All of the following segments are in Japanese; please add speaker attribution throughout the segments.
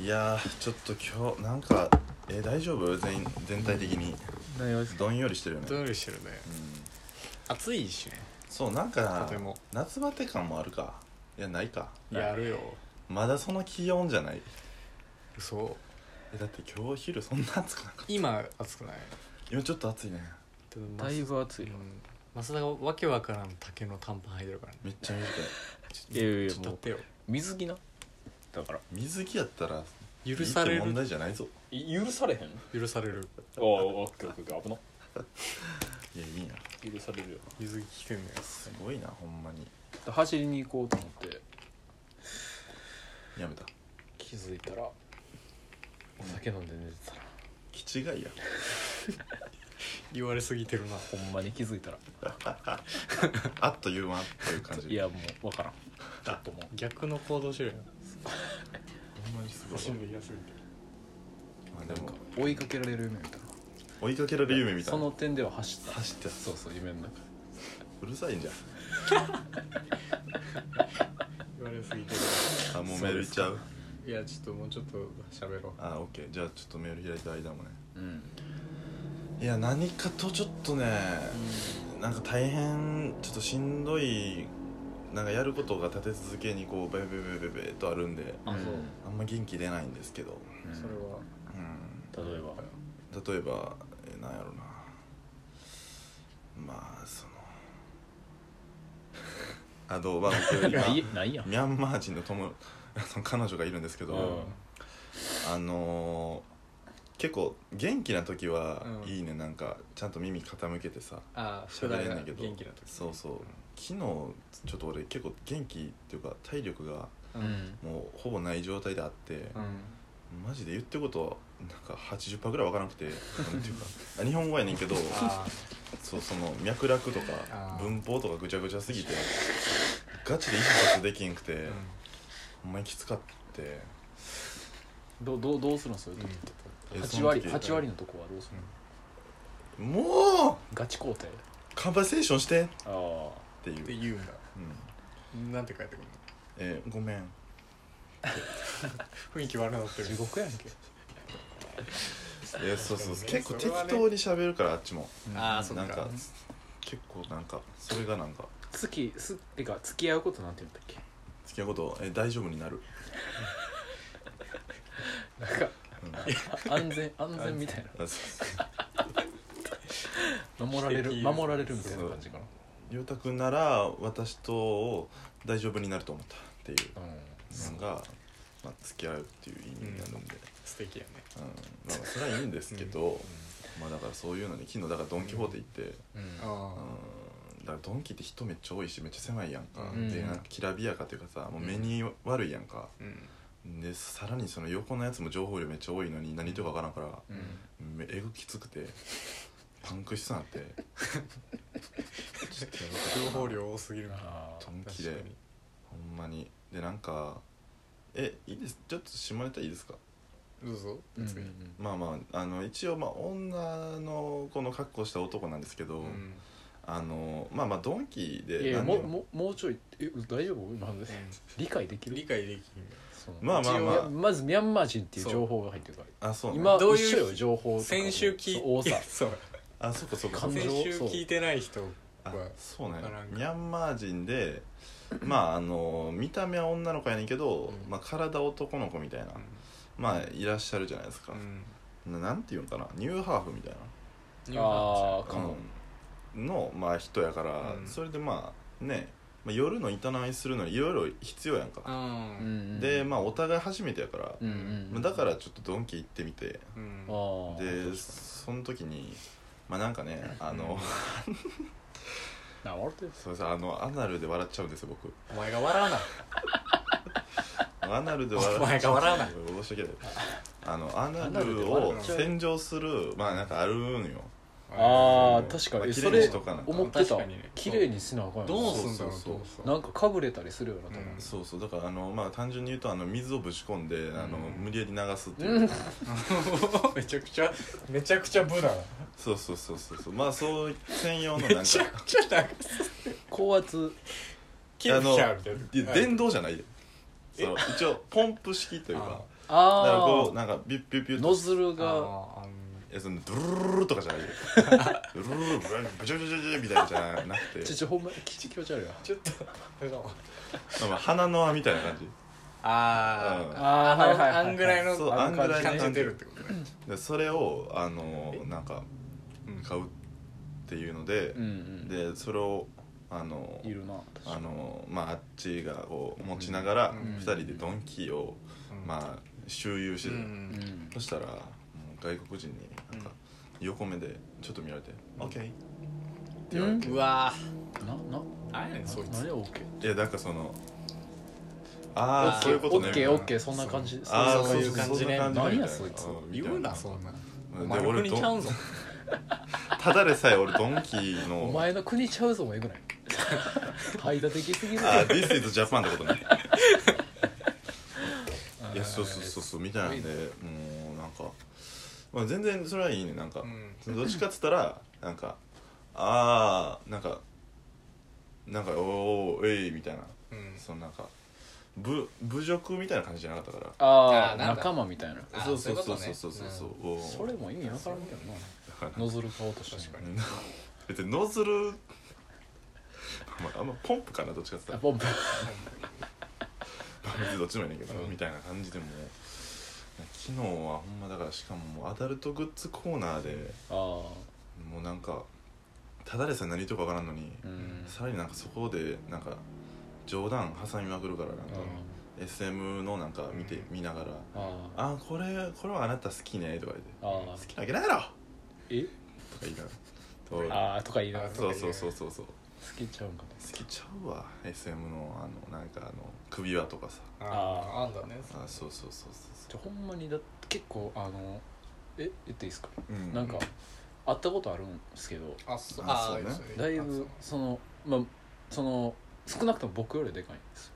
Speaker 1: いやーちょっと今日なんかえ大丈夫全員全体的に
Speaker 2: 何をですか
Speaker 1: どんよりしてるよね、う
Speaker 2: ど
Speaker 1: ん、
Speaker 2: うしてるね暑いしね
Speaker 1: そうなんか
Speaker 2: とても
Speaker 1: 夏バテ感もあるかいやないか
Speaker 2: やるよ
Speaker 1: まだその気温じゃない
Speaker 2: そう
Speaker 1: えだって今日昼そんな暑くなかった
Speaker 2: 今暑くない
Speaker 1: 今ちょっと暑いね
Speaker 3: だいぶ暑いよ
Speaker 2: うん、増田がわけわからん竹の短パン履いてるからね
Speaker 1: めっちゃ短い
Speaker 3: い
Speaker 2: ち
Speaker 3: やいやいや
Speaker 2: ちょっと立ってよ
Speaker 3: 水着なだから
Speaker 1: 水着やったら
Speaker 2: 許され
Speaker 1: いいって問
Speaker 2: る
Speaker 1: 題じゃないぞ
Speaker 3: 許されへんあ
Speaker 2: 許される
Speaker 3: あオッケーオッケー危ない
Speaker 1: やいいな
Speaker 3: 許されるよ
Speaker 2: 水着着てんのよ
Speaker 1: すごいなほんまに
Speaker 3: 走りに行こうと思って
Speaker 1: やめた
Speaker 3: 気づいたらお酒飲んで寝てたら
Speaker 1: 気違いや
Speaker 2: 言われすぎてるな
Speaker 3: ほんまに気づいたら
Speaker 1: あっという間という感じ
Speaker 3: いやもう分からんちょっともう
Speaker 2: 逆の行動してるよ
Speaker 1: ほんまにすごい
Speaker 2: しんどいやすぎて
Speaker 1: まあでも
Speaker 3: 追いかけられる夢みたい
Speaker 1: 追いかけられる夢み
Speaker 3: な
Speaker 1: た
Speaker 3: そ
Speaker 1: いな
Speaker 3: の点では走った
Speaker 1: 走って
Speaker 3: そうそう夢の中
Speaker 1: うるさいんじゃん
Speaker 2: 言われすぎて
Speaker 1: あもうメールいっちゃう
Speaker 2: るいやちょっともうちょっと喋ろう
Speaker 1: あオッケーじゃあちょっとメール開いた間もね
Speaker 3: うん
Speaker 1: いや何かとちょっとねなんか大変ちょっとしんどいなんかやることが立て続けにこうベベベベベとあるんで
Speaker 2: あそう、
Speaker 1: あんま元気出ないんですけど
Speaker 2: それは
Speaker 1: うん
Speaker 3: 例えば
Speaker 1: 例えばえーなんやろなまあその あどうまあ僕今
Speaker 3: ないないやん
Speaker 1: ミャンマー人の友 その彼女がいるんですけど、あのー、結構元気な時は
Speaker 2: うん
Speaker 1: いいね、なんかちゃんと耳傾けてさ
Speaker 2: ああ
Speaker 1: 喋
Speaker 2: 副題
Speaker 1: れん
Speaker 2: が
Speaker 1: ねんけど
Speaker 2: 元気な時
Speaker 1: そうそう昨日ちょっと俺結構元気っていうか体力が
Speaker 2: う、
Speaker 3: うんん
Speaker 1: もうほぼない状態であって、
Speaker 2: うん
Speaker 1: マジで言ってることなんか80%ぐらい分からなくてなんていうか あ日本語やねんけど
Speaker 2: あ
Speaker 1: そうその脈絡と
Speaker 2: あ
Speaker 1: か
Speaker 2: ー
Speaker 1: 文法とかぐちゃぐちゃすぎてガチで意思疎通できんくて、
Speaker 2: あ、
Speaker 1: ほんまにきつかって。
Speaker 3: どうどうどうするのそういう時って
Speaker 1: うん
Speaker 3: 8割
Speaker 1: えその時
Speaker 3: 8割のとこはどうするの
Speaker 1: もう
Speaker 3: ガチ肯定
Speaker 1: カンバセーションしてっ
Speaker 3: ああ
Speaker 1: ていう
Speaker 2: っ、て言うんだ
Speaker 1: うん
Speaker 2: なんて書いてくるの
Speaker 1: えーごめん
Speaker 2: 雰囲気悪なってる
Speaker 3: 地獄やんけ
Speaker 1: えーそうそうそう
Speaker 2: 確
Speaker 1: 結
Speaker 2: か
Speaker 1: 構
Speaker 2: にね
Speaker 1: 適当に喋るからあっちも
Speaker 2: ああそ
Speaker 1: そ
Speaker 2: っ
Speaker 1: っ
Speaker 2: か
Speaker 1: かなんか結構なんかそれがなんか
Speaker 3: 付きすてか付き合うことなんて言うんだっけ
Speaker 1: 付き合うことえー大丈夫になる、
Speaker 3: なんか
Speaker 1: うん、
Speaker 3: 安 全安全みたい
Speaker 1: あそう
Speaker 3: な守られる
Speaker 2: 敵
Speaker 3: 守られるみたいな感じかな
Speaker 1: りょうたくんなら私とを大丈夫になると思ったっていう
Speaker 3: うん
Speaker 1: のが、まあ、付き合うっていう意味になるんで、
Speaker 2: 素敵やね
Speaker 1: うんまあ、それはいいんですけど、まあだからそういうのに昨日だからドン・キホーテ行って、
Speaker 3: うん
Speaker 2: ああ
Speaker 1: うんだからドンキって人めっちゃ多いしめっちゃ狭いやんか、
Speaker 3: うん
Speaker 1: でなんかきらびやかというかさもう目に悪いやんか、
Speaker 2: うん
Speaker 1: でさらにその横のやつも情報量めっちゃ多いのに何言ってるか分からんから、
Speaker 3: うん
Speaker 1: めえぐきつ くてパンクしそうになってちょっとやばかった
Speaker 2: 情報量多すぎるな
Speaker 3: あ
Speaker 1: ド
Speaker 3: ー
Speaker 1: ンキ
Speaker 2: 確
Speaker 1: で
Speaker 2: かに
Speaker 1: ほんまにでなんかえいいですちょっと下ネタいいですか
Speaker 2: どうぞ
Speaker 3: うん
Speaker 2: 別に
Speaker 1: まあまああの一応まあ女の子の格好した男なんですけど、
Speaker 2: うん
Speaker 1: あのまあまあドンキ
Speaker 3: いや
Speaker 1: で
Speaker 3: いや
Speaker 1: 何
Speaker 3: も
Speaker 1: 人
Speaker 3: うもうもうちょいえ大丈夫今ので理解でき
Speaker 2: 理
Speaker 3: る
Speaker 2: 解できひん
Speaker 3: その
Speaker 1: まあまあま
Speaker 3: い
Speaker 1: あ
Speaker 3: やまずミャンマー人っていう情報が入ってるから
Speaker 1: あそうね
Speaker 3: 今
Speaker 2: どういう
Speaker 3: 一緒よ情報とか
Speaker 2: 先週聞
Speaker 3: そう
Speaker 2: い
Speaker 3: 多さ
Speaker 2: そう
Speaker 1: あそっかそっか
Speaker 3: 感情
Speaker 2: 先週聞いてない人
Speaker 1: あ
Speaker 2: は
Speaker 1: そうね
Speaker 2: わからんか
Speaker 1: ミャンマー人でまああの見た目は女の子やねんけど、
Speaker 2: うん
Speaker 1: まあ、体男の子みたいな、まあいらっしゃるじゃないですか、ななんていうんかなニューハーフみたいな
Speaker 3: あーかも
Speaker 1: うんの、まあ、人やから、
Speaker 2: うん
Speaker 1: それでまあね、まあ、夜の営みするのにいろいろ必要やん
Speaker 2: う
Speaker 1: か、
Speaker 3: うんん
Speaker 1: で
Speaker 3: うん
Speaker 1: まあお互い初めてやから、
Speaker 3: うんうん
Speaker 1: まあ、だからちょっとドンキ行ってみて、
Speaker 2: うん
Speaker 3: あー
Speaker 1: でその時にまあなんかねあの、
Speaker 3: な笑ってる
Speaker 1: そうですあのアナルで笑っちゃうんですよ僕
Speaker 2: お前が笑わな
Speaker 1: アナルで笑
Speaker 2: お前が笑うな
Speaker 1: 申し訳ないあのアナ
Speaker 3: アナルで
Speaker 1: ル
Speaker 3: 笑
Speaker 1: を
Speaker 2: っちゃう
Speaker 1: 洗浄するまあなんかあるんよー
Speaker 3: ああ確か
Speaker 1: まあ
Speaker 3: に
Speaker 1: 綺
Speaker 3: そ
Speaker 1: 麗に
Speaker 3: れ
Speaker 1: しとかなんか
Speaker 3: 思って
Speaker 2: 確
Speaker 3: た
Speaker 2: かにね
Speaker 3: 綺麗にしなあかんよな
Speaker 2: どうすんだろう
Speaker 1: そうそうそう
Speaker 2: どうすんだ
Speaker 3: な
Speaker 2: ろ
Speaker 3: んかかぶれたりするよな多
Speaker 2: うん
Speaker 1: そうそうだからあのまあ単純に言うとあの水をぶち込んであの、
Speaker 2: うん
Speaker 1: 無理やり流すっていう、
Speaker 3: 分
Speaker 2: うめちゃくちゃめちゃくちゃ無駄
Speaker 1: そうそうそうそうそうまあそう専用のなんか
Speaker 2: めちゃくちゃ長い
Speaker 3: 高圧
Speaker 2: キルキャーみたい
Speaker 1: い
Speaker 2: な
Speaker 1: や電動じゃないでそう一応ポンプ式というか
Speaker 2: あ
Speaker 1: だからこ
Speaker 3: あ
Speaker 1: うなんかビュッビュッビュッ
Speaker 3: あノズルが
Speaker 2: あーあの
Speaker 1: いやそのドゥルルルルとかじゃないよドゥルルルルブチョブチョブチョブチョみたいなじゃなくて
Speaker 3: ちょちょほんま気持ち悪いわ
Speaker 2: ちょっとだから
Speaker 1: まあまあ鼻の輪みたいな感じ
Speaker 2: あー
Speaker 3: あー
Speaker 2: あ
Speaker 3: はい
Speaker 2: の
Speaker 3: はいはい
Speaker 2: あんぐらいの
Speaker 1: そう
Speaker 2: あの
Speaker 1: あんぐらいの
Speaker 2: 感
Speaker 1: 感
Speaker 2: じ
Speaker 1: じ
Speaker 2: で出るってことね
Speaker 1: でそれをあのなんか買うっていうので
Speaker 3: うんうん
Speaker 1: でそれをあの
Speaker 3: いるな確か
Speaker 1: あ
Speaker 3: に
Speaker 1: のまああっちがこう持ちながら
Speaker 2: うん
Speaker 1: 2人でドンキーを
Speaker 2: あ
Speaker 1: まあ周遊して
Speaker 2: う
Speaker 1: て
Speaker 3: うんん
Speaker 1: そしたらもう外国人になんか横目でちょっと見られて「OK」って言われて
Speaker 2: うわ
Speaker 3: なな
Speaker 2: ーあれねんそいつ
Speaker 3: 何オッケー
Speaker 1: いやなんかそのああそういうこと
Speaker 3: オ
Speaker 1: ね
Speaker 3: ッケーオッケーそんな感じ
Speaker 1: ああ
Speaker 2: そう
Speaker 1: そう
Speaker 2: い
Speaker 1: いう
Speaker 2: う感
Speaker 1: 感
Speaker 2: じ
Speaker 1: じね
Speaker 2: ね
Speaker 3: 何やそいつ
Speaker 2: 言うなそんなお
Speaker 1: で
Speaker 2: 前の
Speaker 1: 俺
Speaker 2: 国ちゃうんぞ
Speaker 1: ただでさえ俺ドンキー
Speaker 3: お
Speaker 1: の
Speaker 3: 前の国ちゃうぞもえぐない 排他的すぎる
Speaker 1: あ This is Japan ってことねいやそうそうそうそうみたいなんでもうなんかまあ全然それはいいねなんか
Speaker 2: うん
Speaker 1: どっちかっつったらなんかああなんかなんかおーえいみたいな
Speaker 2: うん
Speaker 1: そのなんかぶ侮辱みたいな感じじゃなかったか
Speaker 3: あ
Speaker 2: あー
Speaker 3: あ
Speaker 2: なんだ
Speaker 3: 仲間みたいな
Speaker 1: ら
Speaker 2: あー
Speaker 1: そうそうそう
Speaker 2: そいううこと
Speaker 1: そ
Speaker 2: ね
Speaker 1: うそうそうそうおー
Speaker 3: それも意味わからんけどな
Speaker 1: だから
Speaker 3: ノズル買おうとして
Speaker 2: 確
Speaker 3: る
Speaker 2: か
Speaker 1: な 別にノズル まああんまポンプかなどっちかって言
Speaker 3: あ
Speaker 1: ったら
Speaker 3: ポンプ
Speaker 1: 別にどっちでもいいねんけど、
Speaker 2: うん
Speaker 1: みたいな感じでもう昨日はほんまだからしかももうアダルトグッズコーナーで
Speaker 3: ああ
Speaker 1: もうなんかただでさえ何言ってるか分からんのに、
Speaker 3: うん
Speaker 1: さらになんかそこでなんか冗談挟みまくるからなんか
Speaker 3: あ
Speaker 1: SM のなんか見て、見ながら
Speaker 3: ーあ
Speaker 1: 「あーこれこれはあなた好きね」とか言って「
Speaker 3: ーあー
Speaker 1: 好きなわけないだろ!
Speaker 3: え」
Speaker 1: とか言いながら
Speaker 3: ああとか言いながら
Speaker 2: あ
Speaker 3: 好
Speaker 1: そうそうそうそうそう
Speaker 3: きちゃうんかな
Speaker 1: 好きちゃうわ SM のあのなんかあの首輪とかさ
Speaker 2: あーあんだね
Speaker 1: あそうそうそうそう
Speaker 3: ちょほんまにだ結構あのえ言っていいですか
Speaker 1: そう、うん、
Speaker 3: なんか会ったことあるんですけど
Speaker 2: あそう
Speaker 1: あ
Speaker 2: あ
Speaker 1: そうね
Speaker 2: ー
Speaker 3: だい
Speaker 2: あそう
Speaker 3: ぶそのまあその少なくとも僕よりでかいんです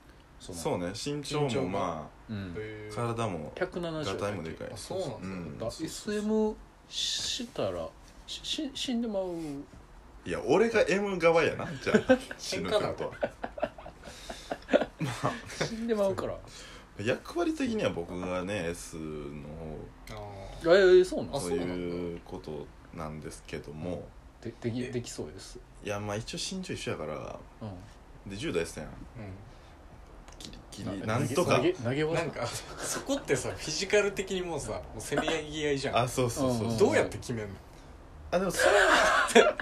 Speaker 3: よ
Speaker 1: そううね身長
Speaker 2: 身長
Speaker 1: も
Speaker 2: も
Speaker 1: ま
Speaker 3: うん
Speaker 1: あ
Speaker 2: へー
Speaker 1: 体も
Speaker 3: 170
Speaker 1: ガタイもでかい
Speaker 2: あそうなんだ
Speaker 1: うん
Speaker 3: だ
Speaker 1: そうそうそう
Speaker 3: SM したらしし死んでまう
Speaker 1: いや俺が M 側やなじゃあ死ぬってことは
Speaker 3: 死んでまうから
Speaker 1: 役割的には僕がね S の
Speaker 2: あ
Speaker 3: えー、そうなん
Speaker 1: 方
Speaker 2: あ
Speaker 1: そ
Speaker 2: そううなんだ
Speaker 1: いうことなんですけども、
Speaker 3: ででき
Speaker 2: え
Speaker 3: できそうです、
Speaker 1: いやまあ一応身長一緒やから
Speaker 3: う
Speaker 1: で10代っすやん
Speaker 2: ー
Speaker 1: ギリ
Speaker 3: ん
Speaker 1: ギリなんとか
Speaker 3: 投げ投げ
Speaker 2: うん
Speaker 3: 技
Speaker 2: なんかそこってさフィジカル的にもうさもう攻め合い合いじゃ
Speaker 1: あ
Speaker 2: ん
Speaker 1: そうそうそう、
Speaker 3: うん
Speaker 2: どうやって決めんの
Speaker 1: あでもそれは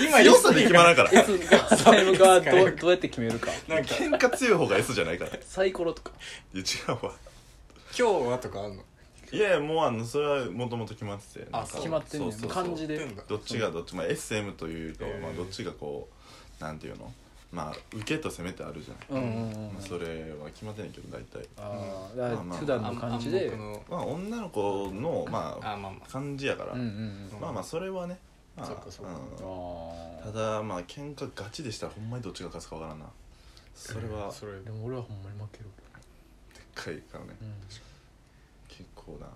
Speaker 2: 今
Speaker 1: 良さで決まらんから
Speaker 3: S が SM がどうどうやって決めるか
Speaker 2: なんか今
Speaker 1: 喧嘩強い方が S じゃないからい
Speaker 3: サイコロとか
Speaker 1: や違うわ
Speaker 2: 日はとかあんの
Speaker 1: いやいやもうあのそれはもともと決まってて
Speaker 2: あ
Speaker 1: なんか
Speaker 2: そう
Speaker 3: 決まってんねん
Speaker 1: そうそうそう
Speaker 3: 感じで
Speaker 2: 言ってんだ
Speaker 1: どっちがどっちまあ SM というか、
Speaker 2: えー
Speaker 1: まあ、どっちがこうなんていうのまあ受けと攻めってあるじゃない、
Speaker 3: うんうんうん、
Speaker 1: まあ、それは決まってないけど大体
Speaker 3: あーだから
Speaker 1: まあまあ
Speaker 3: 普段の感じで、
Speaker 2: 暗黙の
Speaker 1: まあ女の子のま
Speaker 2: あ
Speaker 1: あ
Speaker 2: まあまあ
Speaker 1: 感じやから、
Speaker 3: うんうん
Speaker 1: まあまあそれはね、まあ、
Speaker 2: そうかそうか
Speaker 1: ん
Speaker 3: ああ
Speaker 1: ただまあ喧嘩ガチでしたらほんまにどっちが勝つかわからんなそれは
Speaker 2: それ
Speaker 3: でも俺はほんまに負ける、
Speaker 1: でっかいからね
Speaker 3: うん、
Speaker 1: 結構な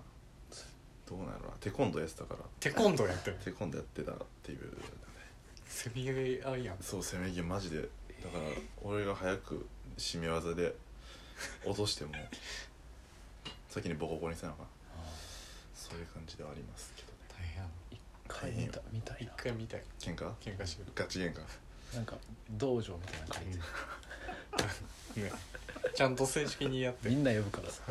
Speaker 1: どうなんやろなテコンドーやってたから
Speaker 2: テコンドーやってる
Speaker 1: テコンドーやってたっていう
Speaker 2: 攻め合い合いやん
Speaker 1: そうせめぎ合いマジでだから俺が早く締め技で落としても先にボコボコにせなあかんそういう感じではありますけどね
Speaker 2: 大変やな
Speaker 3: 一回見た見たい
Speaker 2: 一回見たい
Speaker 1: 喧嘩
Speaker 2: 喧嘩して
Speaker 1: ガチ喧嘩
Speaker 3: ななんか道場みたいな感じで
Speaker 2: る ねちゃんと正式にやって
Speaker 3: みんな呼ぶからさ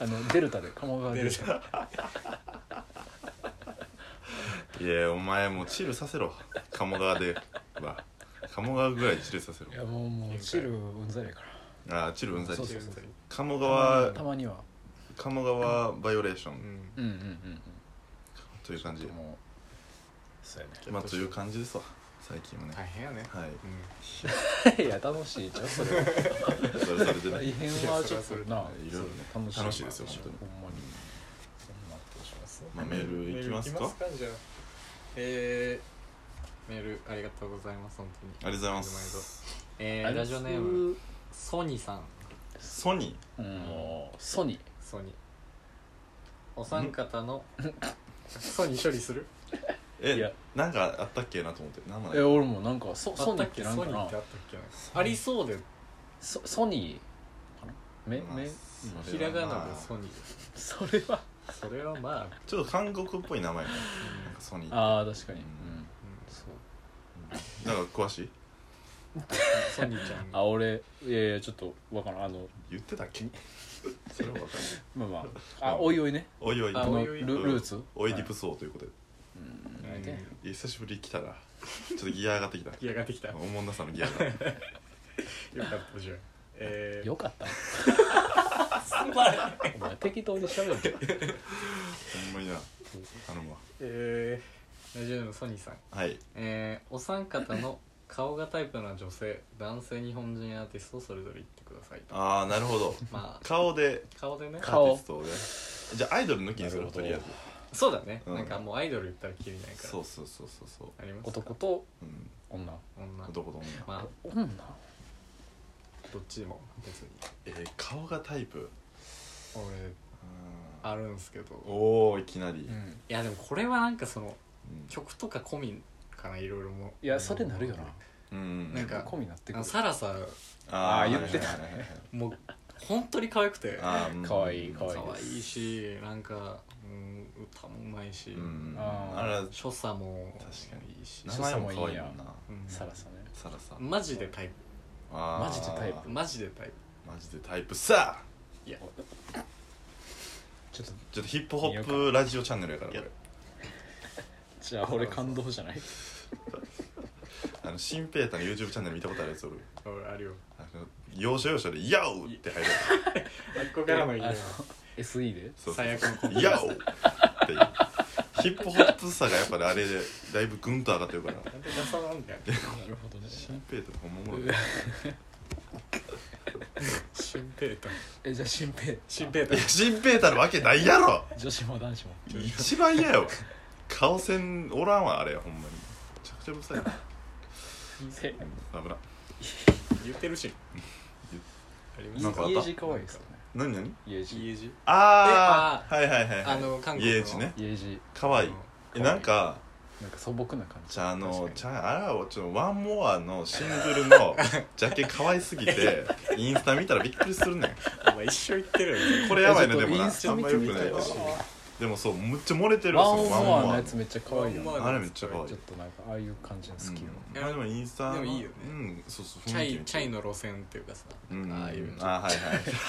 Speaker 3: あのデルタで鴨川デルタ
Speaker 1: いやお前もうチルさせろ鴨川では鴨川ぐらいチルさせろ
Speaker 3: いやもうもうチルうんざりやか
Speaker 1: ああチルうんざり
Speaker 3: そう
Speaker 2: そうそう
Speaker 1: 鴨
Speaker 3: ら
Speaker 1: 川
Speaker 3: たまには
Speaker 1: 鴨川バイオレーショ
Speaker 2: う
Speaker 1: ン
Speaker 2: ん
Speaker 3: うんうんうん
Speaker 1: という感じ
Speaker 3: うんもうそうや
Speaker 1: まあという感じですわ最近はね
Speaker 2: 大変やね
Speaker 1: はい
Speaker 2: うん
Speaker 3: ね いや楽しいじゃんそれは
Speaker 1: それはそれで
Speaker 3: 大
Speaker 1: ね
Speaker 3: 変はちょっとない
Speaker 1: ろいろね
Speaker 3: そう楽しい
Speaker 1: 楽しいですよ本当に
Speaker 3: ほんまにそんなことします
Speaker 1: まあメールいきますか
Speaker 2: メール行じゃあえーメールありがとうございます本当に
Speaker 1: ありがとうございます
Speaker 2: えーラジオネームソニーさん
Speaker 1: ソニ
Speaker 3: うんもうソニー
Speaker 2: ソニーお三方のソニー処理する
Speaker 1: ー
Speaker 3: いや
Speaker 1: えなんかあったっけなと思って何もない
Speaker 3: え俺もなんかソ
Speaker 2: あ
Speaker 3: ソ
Speaker 2: っ
Speaker 3: ニ
Speaker 2: た
Speaker 3: ー
Speaker 2: っ
Speaker 3: って
Speaker 2: け
Speaker 3: なん
Speaker 2: ソ
Speaker 3: か
Speaker 2: ニー
Speaker 3: な
Speaker 2: ってあったっけなありそうで
Speaker 3: ソソニーかなめ
Speaker 1: まあ
Speaker 3: め
Speaker 1: そ
Speaker 2: ひ
Speaker 1: れ
Speaker 2: ら
Speaker 1: はまあ
Speaker 2: がなでソニー
Speaker 3: それは
Speaker 2: それはまあ
Speaker 1: ちょっと韓国っぽい名前やねなんかソニー
Speaker 3: ああ確かに、
Speaker 1: う
Speaker 3: うんんそう
Speaker 1: なんか詳しい
Speaker 2: ソニーちゃん
Speaker 3: あ俺いやいやちょっとわからんあの
Speaker 1: 言ってたっけ それは分かんない
Speaker 3: まあまああおいおいね
Speaker 1: おいおい
Speaker 2: あ
Speaker 3: あの
Speaker 2: おいお
Speaker 3: ル
Speaker 2: い
Speaker 3: ルーツ
Speaker 1: おいディプソーということで、
Speaker 3: うん
Speaker 2: うん
Speaker 3: ね
Speaker 1: 久しぶりに来たらちょっとギア上がってきた
Speaker 2: ギアができたよ
Speaker 1: おもんなさのギアが
Speaker 2: かったじゃんえー、
Speaker 3: よかった
Speaker 2: すまん
Speaker 3: お前適当にしゃべる
Speaker 1: ほんまにな頼むわ
Speaker 2: えー、ラジオネームソニーさん
Speaker 1: はい
Speaker 2: えー、お三方の顔がタイプな女性男性日本人アーティストをそれぞれ言ってくださいと
Speaker 1: ああなるほど
Speaker 2: まあ
Speaker 1: 顔で
Speaker 2: 顔でね
Speaker 1: ア
Speaker 3: 顔
Speaker 1: ーティストをねじゃあアイドル抜きにする
Speaker 3: なるほ
Speaker 1: と
Speaker 3: ど
Speaker 1: りあえず
Speaker 2: そうだね、
Speaker 1: うん
Speaker 2: なんかもうアイドル言ったらきりないから
Speaker 1: そうそうそうそうそう
Speaker 2: ありますか
Speaker 3: 男と
Speaker 1: うん
Speaker 3: 女
Speaker 2: 女
Speaker 1: 男と女、
Speaker 2: まあ
Speaker 3: 女
Speaker 2: どっちでも別に
Speaker 1: えー、顔がタイプ
Speaker 2: 俺
Speaker 1: あ
Speaker 2: あるんすけど
Speaker 1: おおいきなり、うん
Speaker 3: ん
Speaker 2: いやでもこれはなんかその曲とか込みかないろいろも
Speaker 3: いやそれなるよな
Speaker 1: うん、
Speaker 2: なんか
Speaker 3: 込みなって
Speaker 2: あ
Speaker 3: く
Speaker 2: の
Speaker 3: る
Speaker 2: サラさ
Speaker 1: あー
Speaker 3: あー言ってた
Speaker 1: はいはいはいはい
Speaker 2: もう本当に可愛くて
Speaker 1: あーうん
Speaker 3: かわいいかわ
Speaker 2: 可
Speaker 3: い
Speaker 2: 愛いしなんか、うん、歌もうまいし、
Speaker 1: うん
Speaker 3: あー
Speaker 1: あら
Speaker 2: 所作も
Speaker 1: 確か
Speaker 2: いいし
Speaker 1: 名前も可愛いもんな
Speaker 2: うん
Speaker 3: サラさね
Speaker 1: サラさん
Speaker 2: マジでタイプ
Speaker 1: あー
Speaker 3: マジでタイプ
Speaker 2: マジでタイプ
Speaker 1: マジでタイプさ
Speaker 2: いや
Speaker 3: ちょっ
Speaker 1: ちょ
Speaker 3: と
Speaker 1: っとヒップホップラジオチャンネルやからこれ
Speaker 3: じゃあ俺感動じゃない
Speaker 1: あの新平太の YouTube チャンネル見たことあるやつおる
Speaker 2: 俺あるよ
Speaker 1: あの要所要所で「ヤオ!」って入る
Speaker 2: あっこからもいい
Speaker 3: あ
Speaker 2: よ
Speaker 3: の SE で
Speaker 1: そうそう
Speaker 2: 最悪のコンビ
Speaker 1: ヤオ!」っていうヒップホップさがやっぱりあれでだいぶグンと上がってるから
Speaker 2: なんでダサなんだよ
Speaker 3: なるほどね
Speaker 1: 新平太ほんまおも ろい
Speaker 2: 新平太
Speaker 3: えじゃあ新平
Speaker 2: 新平太
Speaker 1: いや新平太のわけないやろ
Speaker 3: 女子も男子も
Speaker 1: 一番嫌よ顔せんおらんわあれほんまにめちゃくちゃうるさいな
Speaker 3: せ
Speaker 1: 危な
Speaker 2: 言ってるしありま
Speaker 1: な
Speaker 2: す
Speaker 1: んかあ
Speaker 2: か
Speaker 1: った
Speaker 3: 家路可愛いですよね
Speaker 1: 何何
Speaker 3: 家路
Speaker 2: 家路
Speaker 1: あ
Speaker 2: えあ
Speaker 1: あはいはいはいはい
Speaker 2: あの韓国の
Speaker 1: イエージね
Speaker 3: 家路
Speaker 1: かわいいえなんか
Speaker 3: なんか素朴な感じ
Speaker 1: じゃああ
Speaker 3: 確
Speaker 1: の
Speaker 3: かに
Speaker 1: じゃああらをちょっとワンモアのシングルのジャケ可愛すぎてインスタ見たらびっくりするねん
Speaker 2: お前一生言ってるよね
Speaker 1: これやばい
Speaker 3: え
Speaker 1: ね
Speaker 3: ち
Speaker 1: で
Speaker 3: ょっと
Speaker 1: も
Speaker 3: イ
Speaker 1: な
Speaker 3: ンス
Speaker 1: あ
Speaker 3: タ
Speaker 1: ん
Speaker 3: 見
Speaker 1: ま
Speaker 3: て
Speaker 1: よ
Speaker 3: み
Speaker 1: く
Speaker 3: た
Speaker 1: ない
Speaker 3: い
Speaker 1: ら
Speaker 3: わ
Speaker 1: しいでもそうめっちゃ漏れてる
Speaker 3: ワン
Speaker 1: そ
Speaker 3: オン
Speaker 1: の
Speaker 3: ワンの
Speaker 1: ア
Speaker 3: やつめっちゃ可愛いよな
Speaker 2: ワンオンワン
Speaker 1: あれめっちゃ可愛い
Speaker 3: ちょっとなんかああいう感じの好きよ
Speaker 1: うんまあでもインスタの
Speaker 2: でもいいよね
Speaker 1: うんそうそう雰囲
Speaker 2: チ
Speaker 1: 気
Speaker 2: ャイ
Speaker 1: めっち
Speaker 2: チ
Speaker 1: ゃ
Speaker 2: ャイの路線っていうかさ
Speaker 1: うん
Speaker 2: ああいう
Speaker 1: あはいはい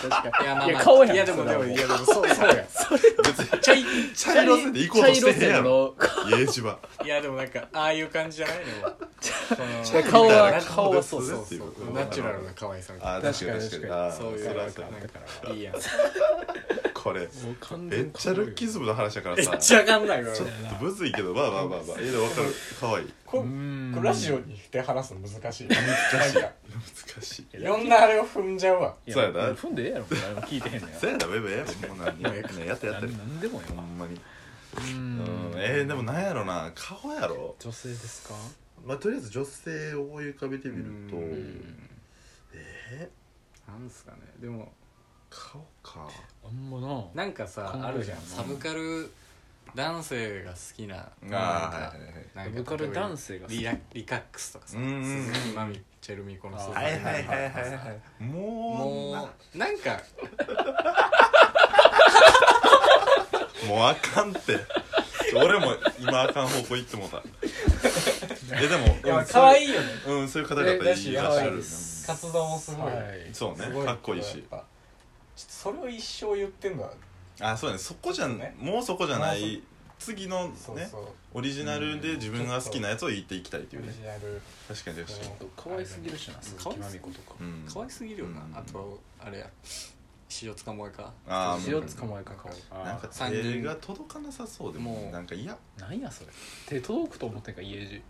Speaker 3: 確か
Speaker 2: いやまあ
Speaker 3: い
Speaker 2: ま
Speaker 3: や
Speaker 2: あ
Speaker 3: 顔やん
Speaker 2: いやでも
Speaker 3: そ
Speaker 2: で
Speaker 3: れは
Speaker 2: も
Speaker 3: もう
Speaker 2: いやでもそうそうや
Speaker 1: 別に
Speaker 2: チャイ
Speaker 1: チャイ路線で行こうとしてへんやろイエージはい
Speaker 2: やでもなんかああいう感じじゃないのもう
Speaker 1: チャイ
Speaker 2: その
Speaker 3: 顔は
Speaker 1: みたいな顔
Speaker 3: 顔は
Speaker 1: です
Speaker 3: そ
Speaker 2: そううそう
Speaker 1: っていこと
Speaker 2: そうナチュラルな可愛さみたい
Speaker 1: あー確かに確か
Speaker 3: 確かに
Speaker 1: にあ
Speaker 2: な
Speaker 1: ー
Speaker 2: そういう
Speaker 1: そ
Speaker 2: なん
Speaker 1: ら
Speaker 2: か
Speaker 1: そう
Speaker 2: なん
Speaker 1: や
Speaker 2: かいいやん
Speaker 1: これ
Speaker 3: にもう完
Speaker 1: めっちゃルッキズムの話やから
Speaker 2: めっ
Speaker 1: さ
Speaker 2: ちゃわかんないわ
Speaker 1: ちょっとむずいけどまあまあまあまあええでわかるかわいい
Speaker 3: こ
Speaker 2: ここれラジオにして話すの難しい難しい
Speaker 1: 難しい
Speaker 2: いろんなあれを踏んじゃうわ
Speaker 1: そうやな
Speaker 3: 踏んでええやろ誰も聞いてへんね
Speaker 1: せやなベベやべもう何
Speaker 2: もうええか
Speaker 1: ねやったやった
Speaker 3: んなんでもよ
Speaker 1: ほんまに
Speaker 3: う
Speaker 1: うん
Speaker 3: ん
Speaker 1: えー、でもなんやろな顔やろ
Speaker 3: 女性ですか
Speaker 1: まあとりあえず女性を思い浮かべてみると
Speaker 2: うん
Speaker 1: えー、
Speaker 2: なんですかねでも
Speaker 1: 顔か
Speaker 3: あんまな
Speaker 2: なんかさ
Speaker 3: 考え
Speaker 2: あるじゃ
Speaker 3: る
Speaker 2: ん
Speaker 3: よな
Speaker 2: サブカル男性が好きな
Speaker 1: あ
Speaker 2: な
Speaker 1: ー
Speaker 2: んか
Speaker 1: はいはいはい
Speaker 2: なん
Speaker 3: サ
Speaker 2: か
Speaker 3: ブカル男性が好き
Speaker 2: リラリカックスとかさ
Speaker 1: うんうんうん
Speaker 2: 鈴木まみチェルミコの鈴木
Speaker 1: は
Speaker 2: まみ
Speaker 1: いはいはいはい
Speaker 2: とかさ
Speaker 1: はいもうな
Speaker 2: もうなんか
Speaker 1: もうあかんって俺も今あかん方向行ってもうたえでも
Speaker 2: いや可愛いよね
Speaker 1: うんそういう方々いらっし
Speaker 2: や
Speaker 1: ゃ
Speaker 2: ば
Speaker 1: る
Speaker 2: です活動もすごい
Speaker 3: はい
Speaker 1: そう
Speaker 2: す
Speaker 1: ね
Speaker 2: ご
Speaker 1: かっこいい
Speaker 2: や
Speaker 1: し
Speaker 2: ぱちょっとそれを一生言ってんのは
Speaker 1: あそうねそこじゃん
Speaker 2: ね
Speaker 1: もうそこじゃな
Speaker 2: もう
Speaker 1: い次の
Speaker 2: そう
Speaker 1: ね
Speaker 2: そう
Speaker 1: オリジナルで自分が好きなやつを言っていきたいって
Speaker 2: オ
Speaker 1: いう
Speaker 2: リ
Speaker 1: ね
Speaker 2: ジナル
Speaker 1: 確かに確かに
Speaker 3: ちょっと可愛すぎるしな鈴木まみことか
Speaker 1: うん
Speaker 2: 可愛すぎるよな
Speaker 1: うん
Speaker 2: あとあれや塩つかもえか
Speaker 1: あー
Speaker 3: 塩捕まえか可愛い
Speaker 1: なん
Speaker 3: あ
Speaker 1: か手が届かなさそうで
Speaker 2: も
Speaker 1: も
Speaker 2: う
Speaker 1: なんか嫌
Speaker 3: ーなんやそれ手届くと思ってんか家路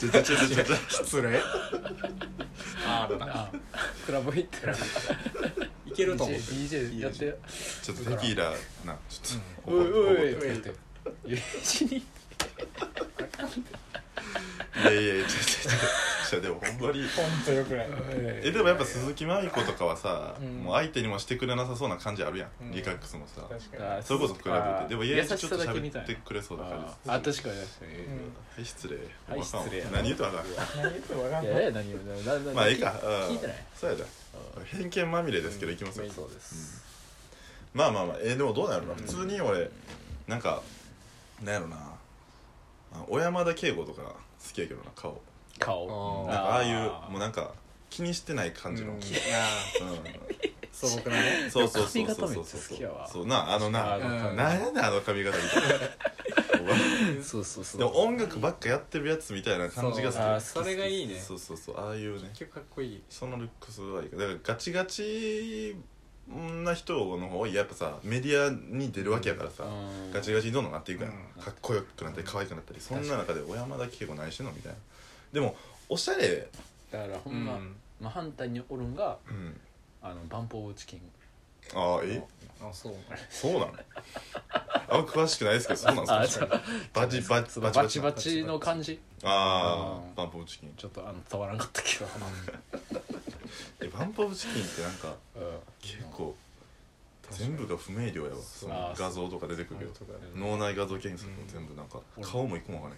Speaker 1: ちょちょちょちょちょ
Speaker 2: 失礼あるな
Speaker 3: あクラブ行ってる
Speaker 2: いけると思って
Speaker 3: DJ やって
Speaker 1: ちょっとテキーラなちょっと
Speaker 3: おいおい
Speaker 1: 怒
Speaker 3: お
Speaker 1: って
Speaker 3: いって言って家路に
Speaker 1: いやいやいやちょちょちょちょでもほんま に
Speaker 2: 本当よくない
Speaker 1: え
Speaker 3: え
Speaker 1: でもやっぱ鈴木まみ子とかはさ、
Speaker 2: うん
Speaker 1: もう相手にもしてくれなさそうな感じあるやん、
Speaker 2: うん
Speaker 1: リカックスもさ
Speaker 2: 確
Speaker 3: あー
Speaker 1: それこそ比べ
Speaker 3: あ
Speaker 1: て
Speaker 3: ー
Speaker 1: でも家でちょっと
Speaker 3: 優しさだけみ
Speaker 1: 喋
Speaker 3: たい
Speaker 1: っ
Speaker 3: な
Speaker 1: てくれそうだから
Speaker 3: あーあ確かに確かに
Speaker 2: うん
Speaker 1: はい失礼
Speaker 3: はい失礼
Speaker 1: 何言うとはな
Speaker 2: 何言っても分かん
Speaker 3: いやいや何をだだ だ
Speaker 1: まあいいか
Speaker 3: 聞
Speaker 1: うん
Speaker 3: い聞いてない
Speaker 1: そうやだ偏見まみれですけどいきますよ、
Speaker 2: そうです、
Speaker 1: まあまあまあえーでもどうなんやろな
Speaker 3: うん
Speaker 1: 普通に俺なんかなんやろなあ小山田圭吾とか好きやけどな顔
Speaker 3: 顔
Speaker 1: なんかああいうもう
Speaker 3: な
Speaker 1: なんか気にしてない感じの、
Speaker 2: う
Speaker 1: うんん
Speaker 2: いや素朴なね
Speaker 1: そうそうそうそ
Speaker 3: 髪型
Speaker 1: う
Speaker 3: めっ
Speaker 1: そ
Speaker 3: ち
Speaker 1: う
Speaker 3: ゃ
Speaker 1: そ
Speaker 3: 好
Speaker 1: う
Speaker 3: きやわ
Speaker 1: そうなあのな
Speaker 3: あの
Speaker 2: うん
Speaker 1: なんやねんあの髪型みたいな
Speaker 3: そうそうそう
Speaker 1: でも音楽ばっかやってるやつみたいな感じが
Speaker 3: そうあ
Speaker 1: 好
Speaker 3: ー好
Speaker 1: き
Speaker 3: き
Speaker 2: それがいいね
Speaker 1: そうそうそうああいうね
Speaker 2: 結局かっこいい
Speaker 1: そのルックスはいいかだからガチガチな人の方がやっぱさメディアに出るわけやからさ、
Speaker 3: うん
Speaker 1: ガチガチにどんどんなっていくやん、
Speaker 2: うん
Speaker 1: かっこよくなったり可愛くなったりそんな中で小山田圭吾何してんのみたいなでもおしゃれ、
Speaker 3: だからほんま、
Speaker 2: うん
Speaker 3: まあ、反対におるんが
Speaker 1: うん、
Speaker 3: あのバンポーチキン
Speaker 1: ああえ
Speaker 2: あそうね
Speaker 1: そうなのあんま詳しくないですけどそうなんですか
Speaker 3: あちょ
Speaker 1: バチバチ
Speaker 3: そ
Speaker 1: バ
Speaker 3: の
Speaker 1: チバ
Speaker 3: バ
Speaker 1: チな
Speaker 3: チバチの感じ
Speaker 1: あ
Speaker 3: う
Speaker 1: あ
Speaker 3: ん
Speaker 1: バンポーブチキン
Speaker 3: ちょっとあの伝わらんかったけど、
Speaker 1: えバンポーブチキンってなんか
Speaker 3: うん、
Speaker 1: 結構全部が不明瞭やわその
Speaker 3: あー
Speaker 1: 画像とか出てくるけど
Speaker 2: とかね
Speaker 1: 脳内画像検索も全部なんか
Speaker 3: うん
Speaker 1: 顔も一個もわか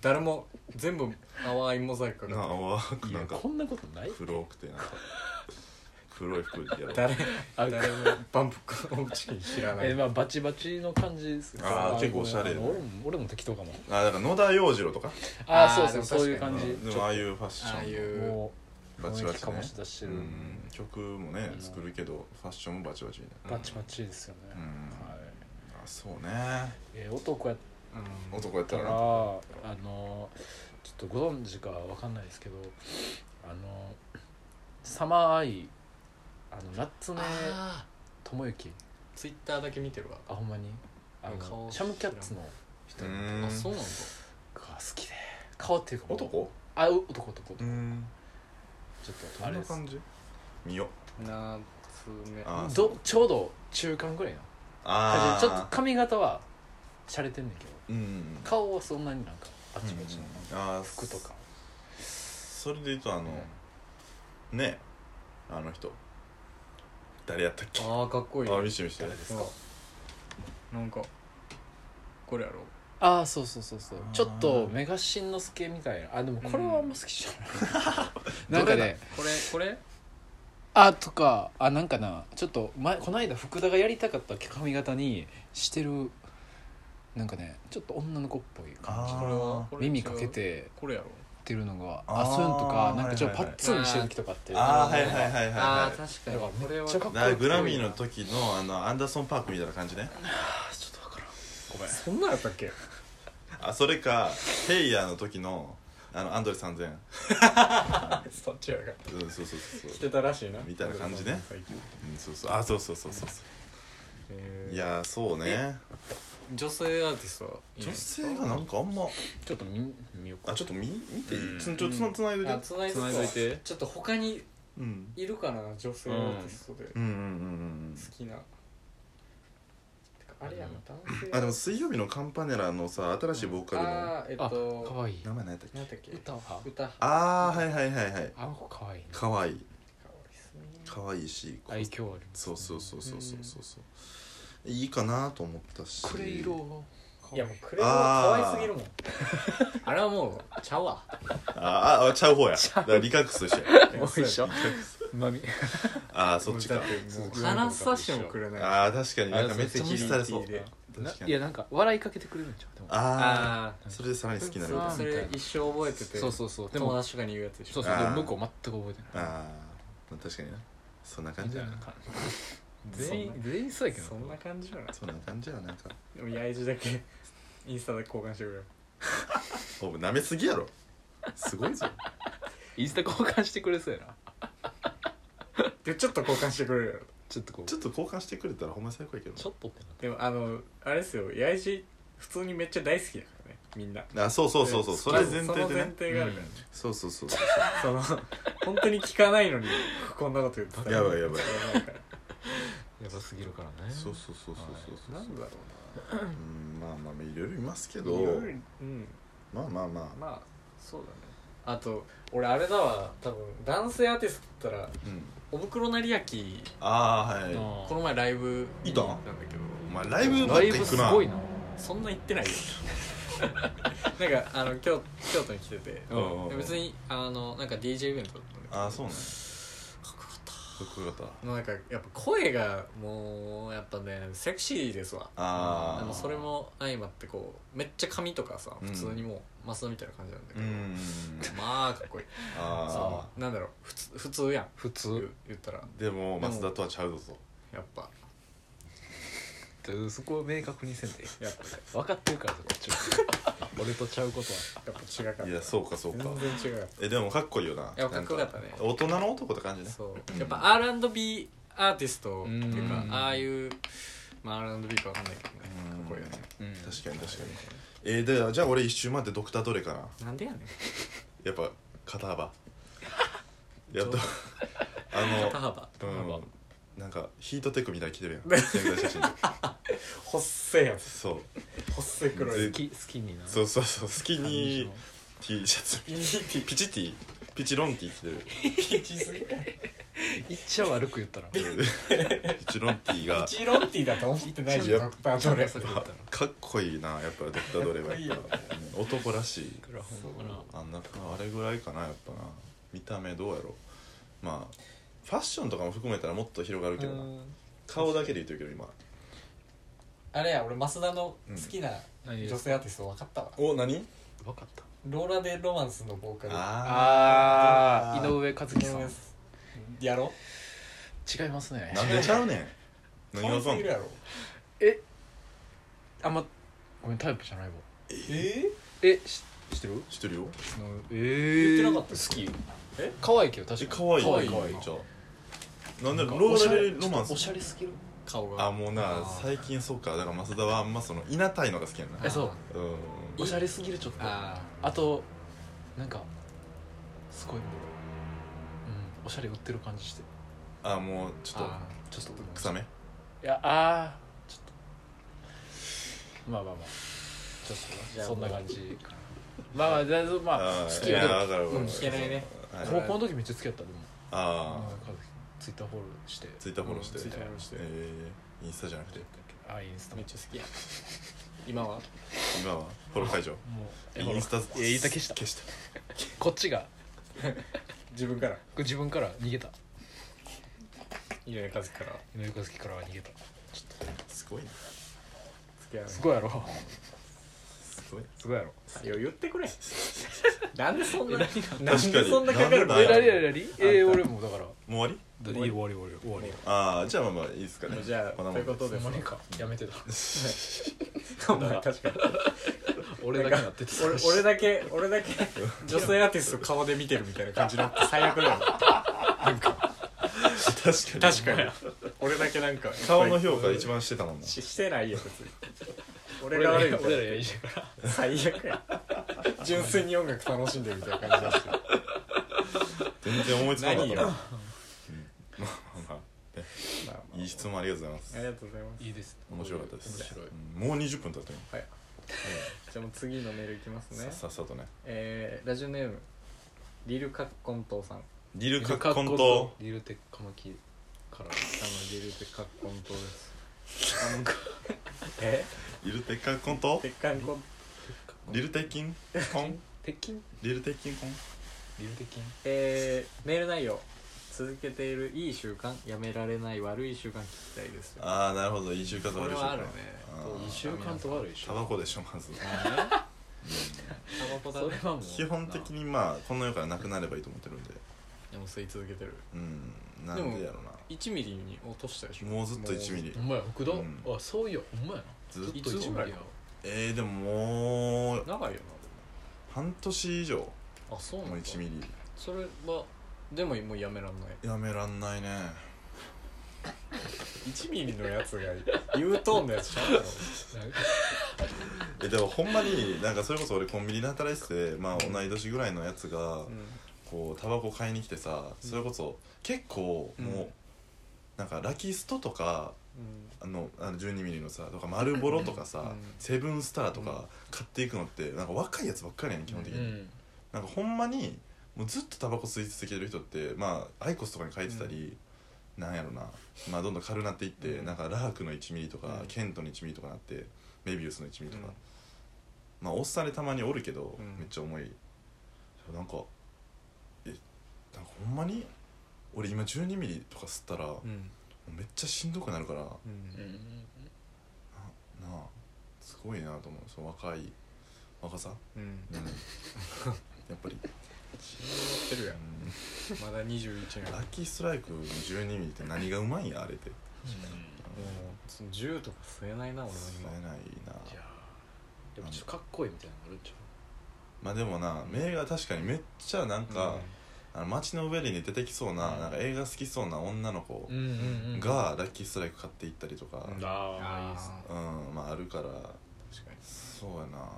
Speaker 2: 誰も全部淡いモザイク
Speaker 1: らへんな
Speaker 2: が
Speaker 1: あ淡く
Speaker 3: い
Speaker 1: なん
Speaker 3: や
Speaker 1: か
Speaker 3: こんなことない
Speaker 1: 黒くて なんか黒い服でやろう
Speaker 2: 誰
Speaker 3: あ
Speaker 2: 誰もバンプクのうちに知らない
Speaker 3: えまあバチバチの感じですよ
Speaker 1: あー
Speaker 3: ー
Speaker 1: 結構おしゃれ
Speaker 3: あの俺も俺も適当かも
Speaker 1: あだから野田洋次郎とか
Speaker 3: あ
Speaker 2: あー
Speaker 3: あそう
Speaker 2: で
Speaker 3: そう
Speaker 2: も
Speaker 3: そういう
Speaker 1: う
Speaker 2: 確
Speaker 3: 感じ
Speaker 1: んで
Speaker 3: ちょ
Speaker 1: もあ
Speaker 3: っ
Speaker 1: あいうファッシ
Speaker 2: ああい
Speaker 1: ョン
Speaker 3: と
Speaker 2: う
Speaker 3: もう
Speaker 1: バチバチ
Speaker 3: 雰囲気か
Speaker 1: ね
Speaker 3: もし出して
Speaker 1: う
Speaker 3: る、
Speaker 1: ん曲もね
Speaker 3: うん
Speaker 1: 作るけどファッションもバチバチみたいな
Speaker 3: バチバチですよね、
Speaker 1: うん
Speaker 3: はい
Speaker 1: あそうね
Speaker 3: えー男やっ
Speaker 2: うん
Speaker 1: 男やった
Speaker 3: たら
Speaker 1: ら
Speaker 3: あ
Speaker 1: な
Speaker 3: のちょっとご存知かわかんないですけどあのサマーアイあの夏目
Speaker 2: あ
Speaker 3: 智之
Speaker 2: ーツイッターだけ見てるわ
Speaker 3: あほんまにあ
Speaker 2: 顔
Speaker 3: のシャムキャッツの人
Speaker 1: う
Speaker 3: が
Speaker 1: ん
Speaker 2: あそうなんだ
Speaker 3: 好きで顔っていうかもう
Speaker 1: 男
Speaker 3: あう男男ちょ
Speaker 1: ん
Speaker 3: っと
Speaker 1: ど
Speaker 3: あ
Speaker 1: んな
Speaker 3: れです
Speaker 1: 感じ見よ
Speaker 2: 夏目
Speaker 1: あー
Speaker 3: どちょうど中間ぐらいな
Speaker 1: ああ
Speaker 3: ちょっと髪型は洒落てんねんけど
Speaker 1: うん
Speaker 3: 顔はそんなになんかあっちこっちの
Speaker 1: あー
Speaker 3: 服とか
Speaker 1: それで言うとあのねあの人誰やったっけ
Speaker 2: ああかっこいい
Speaker 1: あ見して見して
Speaker 3: 誰ですか
Speaker 2: うんなんかこれやろ
Speaker 3: ああそうそうそうそう
Speaker 1: あー
Speaker 3: ちょっとメガシンの助みたいなあでもこれはあんま好きじゃ ない、なんか
Speaker 2: どれ
Speaker 3: ね
Speaker 2: だこれこれ
Speaker 3: あとかあなんかなちょっと前この間福田がやりたかった髪型にしてるなんかねちょっと女の子っぽい感じ
Speaker 1: あー
Speaker 2: これはこれ違う
Speaker 3: 耳かけて
Speaker 2: これやろ
Speaker 3: ってるのが
Speaker 1: あー
Speaker 3: あそういうのと
Speaker 1: は
Speaker 3: か
Speaker 1: い
Speaker 3: なんかちょっと
Speaker 1: は
Speaker 3: パ
Speaker 1: いはい
Speaker 3: ッツンしてる時とかって
Speaker 1: ああ
Speaker 3: な
Speaker 1: は
Speaker 3: ん
Speaker 1: い
Speaker 3: か
Speaker 1: はいはいはい
Speaker 2: あ
Speaker 1: は
Speaker 2: あ
Speaker 1: い
Speaker 2: 確かにこれは
Speaker 3: めっちゃかっ
Speaker 1: だか
Speaker 3: こい
Speaker 1: ら
Speaker 3: い
Speaker 1: グラミーの時のあのアンダーソン・パークみたいな感じね
Speaker 3: ちょっとわからんごめん
Speaker 2: そんなんやったっけ
Speaker 1: あそれかヘイヤーの時のあのアンドレ3000
Speaker 2: そっちやが
Speaker 1: うんそうそうそう
Speaker 2: 着
Speaker 1: そう
Speaker 2: てたらしいな
Speaker 1: みたいな感じね
Speaker 2: 最近
Speaker 1: うんそうそうあそうそうそうそうそ
Speaker 2: え
Speaker 1: う
Speaker 2: ー
Speaker 1: いやーそうね
Speaker 2: 女性アーティストはいい
Speaker 1: 女
Speaker 2: ね
Speaker 1: 性がなんかあんま
Speaker 3: ちょっと見見ようか
Speaker 1: あちょっと見見てい
Speaker 3: うん
Speaker 1: いつちょつなつないで
Speaker 2: あつない
Speaker 3: つないどいて
Speaker 2: でちょっと他に
Speaker 1: うん
Speaker 2: いるかな女性アーティストで好
Speaker 1: うんうんうん
Speaker 2: きなてかあれやな男性
Speaker 1: うんあでも水曜日のカンパネラのさ新しいボーカルの
Speaker 2: あーえっ
Speaker 3: あ
Speaker 2: と
Speaker 3: かわいい
Speaker 1: 名前何やったっけ
Speaker 2: 何だっけ
Speaker 3: 歌は
Speaker 2: 歌
Speaker 1: ああはいはいはいはい
Speaker 3: あの子かわいい
Speaker 1: かわいい
Speaker 2: 可愛いっすね
Speaker 1: かわいいしこう
Speaker 3: 愛嬌ある
Speaker 1: そうそうそうそうそうそうそういいかなと思ったし
Speaker 3: クレイロ
Speaker 2: いやもうクレヨン可愛すぎるもんあれはもうちゃうわ
Speaker 1: あーあちゃう方やだからリカックスとして
Speaker 3: ーおいしょまみ
Speaker 1: ああそっちか
Speaker 2: 鼻差しもくれない
Speaker 1: ああ確かになんかめっちゃ無視されそう
Speaker 2: あれは
Speaker 1: 確か
Speaker 3: い
Speaker 1: に
Speaker 3: やなんか笑いかけてくれるんちゃうでも
Speaker 1: あ
Speaker 2: あ
Speaker 1: あそれでさらに好きになる
Speaker 2: あ
Speaker 1: あ
Speaker 3: あ
Speaker 2: それ一生覚えてて
Speaker 3: そうそうそうで
Speaker 2: 友
Speaker 3: も
Speaker 2: 達とかに言うやつでし
Speaker 3: そ
Speaker 2: ょ
Speaker 3: うそうで
Speaker 1: あ
Speaker 3: も
Speaker 1: ー
Speaker 3: 向こう全く覚えてない
Speaker 1: あー確かになそんな感
Speaker 3: み
Speaker 1: じ
Speaker 3: た
Speaker 1: や
Speaker 3: いな
Speaker 1: な
Speaker 3: 感じ全員全員そうやけど
Speaker 2: そんな感じじゃない
Speaker 1: そんな感じやななんか
Speaker 2: でも八重路だけインスタで交換してくれよ
Speaker 1: おう舐めすぎやろすごいぞ
Speaker 3: インスタ交換してくれそうやな
Speaker 2: でちょっと交換してくれるやろ
Speaker 3: ちょっとこう
Speaker 1: ちょっと交換してくれたらほんま最高やけど
Speaker 3: ちょっとってな
Speaker 2: でもあのあれですよ八重路普通にめっちゃ大好きだからねみんな
Speaker 1: なあそうそうそうそうそれ前
Speaker 2: その
Speaker 1: 提で
Speaker 2: 前
Speaker 1: ね
Speaker 2: 提があるか
Speaker 1: そうそうそうそう
Speaker 2: ら、その本当に聞かないのにこんなこと言ってたら
Speaker 1: やばいやばい
Speaker 2: ばいから
Speaker 3: やばすぎるからね
Speaker 1: そうそうそうそうそうそう
Speaker 2: なんだろ
Speaker 1: うんまあまあまあいろいろいますけ
Speaker 2: うない
Speaker 1: ど
Speaker 2: ろいろうん
Speaker 1: まあまあまあ
Speaker 2: まあそうだねあと俺あれだわ多分男性アーティストだったら
Speaker 1: うん
Speaker 2: おぶくろ成明
Speaker 1: ああはい
Speaker 3: あ
Speaker 2: この前ライブ
Speaker 1: いた
Speaker 2: なんだけど
Speaker 1: お前ライブば
Speaker 3: ー
Speaker 1: っ
Speaker 3: ラ
Speaker 1: か
Speaker 3: イ
Speaker 1: 行
Speaker 3: ブ
Speaker 1: く
Speaker 3: す
Speaker 1: な
Speaker 3: ごいな
Speaker 2: そんな行ってないよ なんかあの京京都に来てて
Speaker 1: うんうんうん
Speaker 2: で別にあのなんか DJ イベントだったんだけど
Speaker 1: ああそうね
Speaker 2: か
Speaker 1: かっこよかった
Speaker 2: なんかやっぱ声がもうやっぱねセクシーですわ
Speaker 1: あー
Speaker 2: でもそれも相まってこうめっちゃ髪とかさ
Speaker 1: うん
Speaker 2: 普通にもうマスみたいな感じなんだけ
Speaker 1: う
Speaker 2: ど、
Speaker 1: ん
Speaker 2: まあかっこいい
Speaker 1: あ
Speaker 2: そうなんだろう普通普通やん
Speaker 3: 普
Speaker 2: 言
Speaker 3: 通
Speaker 2: 言ったら
Speaker 1: あでも松田とはちゃうぞ
Speaker 2: やっぱ
Speaker 3: そこを明確にせんで
Speaker 2: やっぱ
Speaker 3: 分かってるからこっちは 俺とちゃうことは
Speaker 2: やっぱ違かった
Speaker 1: いやそうかそうか
Speaker 2: 全然違かっ
Speaker 1: えでもかっこいいよない
Speaker 2: やかっこよかったね
Speaker 1: なん大人の男って感じ
Speaker 2: た
Speaker 1: ね
Speaker 2: そうやっぱ R&B アーティストっていうか
Speaker 3: うん
Speaker 2: ああいう、まあ、R&B かわかんないけどね
Speaker 1: うん
Speaker 2: かっこいいよね
Speaker 3: うん
Speaker 1: 確かに確かにえー、でじゃあ俺一周回ってドクターどれかな
Speaker 2: な んでやねん
Speaker 1: やっぱ肩 幅やっと
Speaker 2: どう肩
Speaker 1: あ
Speaker 2: 幅
Speaker 1: の
Speaker 3: 肩
Speaker 1: う
Speaker 3: 幅
Speaker 1: んなんかヒートテックみたいに着てるやん宣材写真
Speaker 2: ほっせえやつ
Speaker 1: そう
Speaker 2: ほっせえ
Speaker 1: 黒い
Speaker 3: 好き好きにな
Speaker 1: そうそうそうスキニ
Speaker 3: 感
Speaker 1: ー T シャツピチティピチロンティ着てる
Speaker 2: 一すぎ
Speaker 3: いっちゃ悪く言ったら
Speaker 1: ピチロンティが
Speaker 2: 一ロンティーだと思ってない
Speaker 1: いや
Speaker 2: ドクターどれ
Speaker 3: それ言ったら
Speaker 1: かっこいいなやっぱドクター・ドレは
Speaker 2: かっこいいよ
Speaker 1: うん男らしい
Speaker 3: これはほんまな
Speaker 1: あんなあれぐらいかなやっぱな見た目どうやろまあファッションとかも含めたらもっと広がるけどな顔だけで言ってるけど今
Speaker 2: あれや俺増田の
Speaker 1: うん
Speaker 2: 好きな
Speaker 3: 何
Speaker 2: 女
Speaker 3: 分
Speaker 2: 性アーティスト分かったわ
Speaker 1: お何
Speaker 3: かった
Speaker 2: ローラ・デ・ロマンスのボーカル
Speaker 3: あ
Speaker 1: ー
Speaker 3: ー井上和樹さん
Speaker 2: やろ
Speaker 3: 違いますね
Speaker 1: なんでちゃうねん何が
Speaker 2: 可
Speaker 1: あ
Speaker 2: 愛す
Speaker 1: かん
Speaker 2: ぎるやろ
Speaker 3: あんまごめんタイプじゃないわ
Speaker 2: え
Speaker 3: えし知ってる
Speaker 1: 知ってるよ
Speaker 3: え
Speaker 2: 言
Speaker 3: ー
Speaker 2: ってなかった
Speaker 3: 好き
Speaker 2: え
Speaker 3: 可愛いけど確
Speaker 1: え
Speaker 3: か
Speaker 1: 可愛い
Speaker 2: 可愛い
Speaker 1: 可愛いじゃあなんで
Speaker 3: に
Speaker 1: ローラルロマン
Speaker 3: おしゃ
Speaker 1: ス
Speaker 3: れすぎる
Speaker 2: 顔が
Speaker 1: あもうな最近そうかだから増田はあんまそのいなたいのが好きやんな
Speaker 3: えそう
Speaker 1: うん
Speaker 3: おしゃれすぎるちょっと
Speaker 2: あ
Speaker 3: あとなんかすごいうんおしゃれ売ってる感じして
Speaker 1: あもうちょっと
Speaker 2: あ
Speaker 3: ちょっと
Speaker 1: 臭め
Speaker 3: いやあーちょっとまあまあまあちょっ
Speaker 2: じゃ
Speaker 3: と
Speaker 2: あ
Speaker 3: そんな感じかなまあまあだいぶまあ
Speaker 1: あ
Speaker 3: 好
Speaker 1: ー
Speaker 3: き
Speaker 1: い
Speaker 3: や
Speaker 1: や
Speaker 3: け
Speaker 1: だ
Speaker 3: ど
Speaker 1: から
Speaker 3: うん
Speaker 2: 聞けないね
Speaker 1: はい
Speaker 3: 高校の時めっちゃ付き合ったでも
Speaker 1: ああ
Speaker 3: ツイッターフォローして
Speaker 1: ツイッターフォローして
Speaker 2: うんツイッターフォローして
Speaker 1: えーインスタじゃなくて
Speaker 3: あインスタ
Speaker 2: ーめ
Speaker 3: も
Speaker 2: っちゃ好きや今は
Speaker 1: 今はフォロー解除
Speaker 3: もうえ
Speaker 1: インスタ
Speaker 3: えインスタ消した
Speaker 1: 消した
Speaker 3: こっちが
Speaker 2: 自分から
Speaker 3: 自分から逃げた
Speaker 2: 井上和樹から
Speaker 3: 井上和樹からは逃げた
Speaker 1: すごいな
Speaker 2: 付き合う
Speaker 3: すごいやろ
Speaker 1: すごい
Speaker 3: すごいやろ
Speaker 2: よ言ってくれ なんでそんななん
Speaker 1: 確か
Speaker 2: で
Speaker 1: に
Speaker 2: そんなかかる
Speaker 1: なんだ
Speaker 2: の
Speaker 1: よ
Speaker 3: え
Speaker 2: え
Speaker 3: ラリラリラリえー俺もだから
Speaker 1: もう終わり
Speaker 3: 終わり終わり終わり終わり
Speaker 1: ああじゃあまあまあいいですかね
Speaker 2: じゃあ
Speaker 1: こんな
Speaker 2: と
Speaker 1: も
Speaker 2: い
Speaker 1: ん
Speaker 2: うことで
Speaker 3: ほんまにかやめてた
Speaker 2: お前確かに
Speaker 3: 俺だけなってた
Speaker 2: 俺俺だけ俺だけ女性アーティスト顔で見てるみたいな感じの最悪だよなんか
Speaker 1: 確かに
Speaker 2: 確かに俺だけなんか
Speaker 1: 顔の評価一番してたもんな
Speaker 2: ししてないよ別に俺
Speaker 3: 俺
Speaker 2: が
Speaker 3: ら
Speaker 2: 悪いみ
Speaker 3: 俺ら
Speaker 2: たい
Speaker 3: やりじゃん
Speaker 2: な最悪や純粋に音楽楽しんでるみたいな感じだし
Speaker 1: 全然思いつかなかった
Speaker 2: 何よ
Speaker 1: なまあまあね
Speaker 2: まあま
Speaker 1: いい質問ありがとうございます
Speaker 2: あありがとうございます
Speaker 3: いいです
Speaker 1: 面白かったです
Speaker 3: 面白い
Speaker 1: うんもう20分経ったよ
Speaker 2: はいじゃあもう次のメールいきますね
Speaker 1: ささっさとね
Speaker 2: えーラジオネームリルカッコントーさんあの
Speaker 1: リルカッコント
Speaker 3: リルテッカマキから
Speaker 2: リルテカッコント ーですあのえ
Speaker 1: リルテッカコント
Speaker 2: 鉄管コン
Speaker 1: リルテッキンコン
Speaker 3: 鉄筋
Speaker 1: リルテッキンコン
Speaker 3: リルテキン
Speaker 2: えー、メール内容続けているいい習慣やめられない悪い習慣聞きたいですよ
Speaker 1: ああなるほどいい習慣と
Speaker 2: こ
Speaker 1: 悪
Speaker 2: れ
Speaker 1: い習
Speaker 2: は
Speaker 1: 慣
Speaker 2: あるね
Speaker 1: あ
Speaker 2: どう
Speaker 1: ー
Speaker 3: 2週間と悪いでし
Speaker 1: タバコでしょまず
Speaker 2: タバコだ
Speaker 3: そ
Speaker 2: ね
Speaker 3: れはもう
Speaker 1: 基本的にまあこの世からなくなればいいと思ってるんで
Speaker 2: でも吸い続けてる
Speaker 1: うんなんでやろうな
Speaker 2: 1ミリに落としたでしょ
Speaker 1: もうずっと1ミ
Speaker 2: リ
Speaker 1: リ
Speaker 3: ほんまや福田、
Speaker 1: うん
Speaker 3: あそういやほんまやな
Speaker 1: ずっと
Speaker 2: いつぐらいか
Speaker 1: えー、でももう
Speaker 2: 長いよ
Speaker 1: 半年以上も
Speaker 2: なあそう
Speaker 1: う
Speaker 2: なんだ
Speaker 1: 1ミ
Speaker 2: それはでももうやめらんない
Speaker 1: リやめらんないね
Speaker 2: 1ミリのやつが U トーンのやつちゃうだろ
Speaker 1: えでもほんまになんかそれこそ俺コンビニで働いててまあ同い年ぐらいのやつがこうタバコ買いに来てさそれこそ結構
Speaker 2: うん
Speaker 1: もうなんかラキストとか
Speaker 2: うん
Speaker 1: あのあの12ミリのさとか丸ボロとかさ、
Speaker 2: うん
Speaker 1: セブンスターと
Speaker 2: うん
Speaker 1: か買っていくのってなんか若いやつばっかりやねん基本的
Speaker 3: う
Speaker 1: に、
Speaker 3: ん
Speaker 1: なんかほんまにもうずっとタバコ吸い続けてる人ってまあアイコスとかに書いてたり、なんやろな、まあ、どんどん軽なっていって、
Speaker 2: うん
Speaker 1: なんかラークの1ミリとか、
Speaker 2: うん
Speaker 1: ケントの1ミリとかなってメビウスの1ミリとか、
Speaker 2: うん
Speaker 1: まあおっさんでたまにおるけど、
Speaker 2: うん
Speaker 1: めっちゃ重いなんかえなんかほんまに俺今1 2ミリとか吸ったら、も
Speaker 2: うん
Speaker 1: うめっちゃしんどくなるからな
Speaker 2: う
Speaker 3: うんん
Speaker 1: なあすごいなと思うその若い若さ
Speaker 2: うん
Speaker 1: うんやっぱり、
Speaker 2: 乗ってるやん
Speaker 1: う
Speaker 2: まだ21
Speaker 1: ん、
Speaker 2: 年
Speaker 1: ラッキーストライクの1 2ミリって何がうまいんやあれって
Speaker 2: もうその銃とか吸えないな俺は
Speaker 1: 吸
Speaker 2: 今
Speaker 1: えないない
Speaker 3: やーやっぱちょっとかっこいいみたいなのあるんちゃ
Speaker 1: まあでもな名画確かにめっちゃなんか、あの街の上に出てきそうな,、
Speaker 2: うん
Speaker 1: なんか映画好きそうな女の子
Speaker 3: ううん
Speaker 2: うん
Speaker 1: がラッキーストライク買っていったりとか
Speaker 2: う
Speaker 1: うんん、
Speaker 3: ああいいっすね
Speaker 2: あ
Speaker 1: まああるから
Speaker 2: ー確かに
Speaker 1: そうやな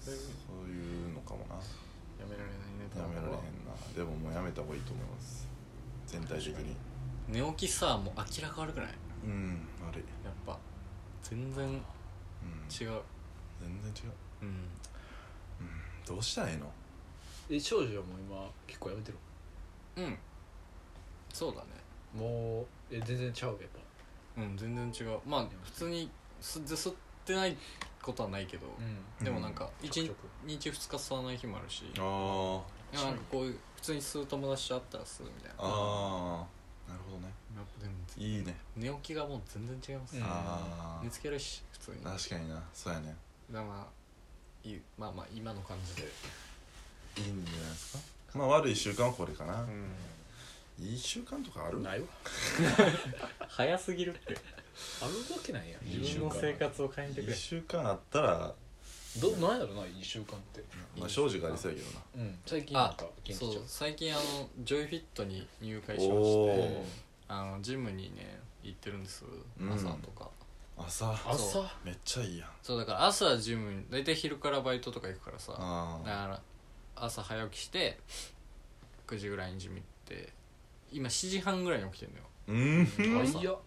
Speaker 2: そ
Speaker 1: そう
Speaker 2: れ
Speaker 1: いうのかもな
Speaker 2: やめられ
Speaker 1: や
Speaker 2: ないね
Speaker 1: められへんなでももうやめた方がいいと思います全体的に
Speaker 2: 寝起きさもう明らか悪くない
Speaker 1: うん悪い、
Speaker 2: やっぱ全然違う
Speaker 1: うん、全然違う、
Speaker 2: うん
Speaker 1: うん、どうしたらいいの
Speaker 3: え少女はもう今結構やめてる
Speaker 2: うんそうだね
Speaker 3: もうえ全然ちゃうやっぱ
Speaker 2: うん全然違うまあ普通にすず吸ってないことはないけど、
Speaker 3: ん
Speaker 2: でもなんか
Speaker 3: うん
Speaker 2: 1
Speaker 3: ちょく
Speaker 2: 日2日吸わない日もあるしい
Speaker 1: あ
Speaker 2: やなんかこういう普通に吸う友達と会ったら吸うみたいな
Speaker 1: あああなるほどね
Speaker 2: やっぱでも
Speaker 1: いいね、
Speaker 2: 寝起きがもう全然違います、
Speaker 3: うん
Speaker 1: あ
Speaker 2: 寝つけるし普通に
Speaker 1: あ
Speaker 2: だか
Speaker 1: 確かになそうやね
Speaker 2: らまあいいまあまあ今の感じで
Speaker 1: いいんじゃないですかまあ悪い習慣はこれかな、
Speaker 2: ん
Speaker 1: いい習慣とかある
Speaker 3: ないわ
Speaker 2: 早すぎるって
Speaker 3: あるわけないやん
Speaker 1: いい
Speaker 2: 自
Speaker 1: 習
Speaker 2: 分
Speaker 1: 慣
Speaker 2: の生活を変えて
Speaker 1: 1
Speaker 2: くれ
Speaker 1: 週間あったら、
Speaker 3: どなんやろな一週間って
Speaker 1: まあ、庄司がありそうやけどな
Speaker 3: うん最近なん
Speaker 2: あ
Speaker 3: か元気ち
Speaker 2: そ
Speaker 3: ゃ
Speaker 2: う
Speaker 3: う
Speaker 2: 最近あのジョイフィットに入会しま
Speaker 1: お
Speaker 2: して
Speaker 1: ー
Speaker 2: あのジムにね行ってるんです
Speaker 1: うん
Speaker 2: 朝とか、
Speaker 1: 朝
Speaker 2: そ
Speaker 3: 朝
Speaker 1: めっちゃいいやん
Speaker 2: そうだから朝ジムに大体昼からバイトとか行くからさ
Speaker 1: ああ
Speaker 2: だから朝早起きして9時ぐらいにジム行って今7時半ぐらいに起きてんのよ
Speaker 1: うん
Speaker 2: うん朝
Speaker 3: 早っ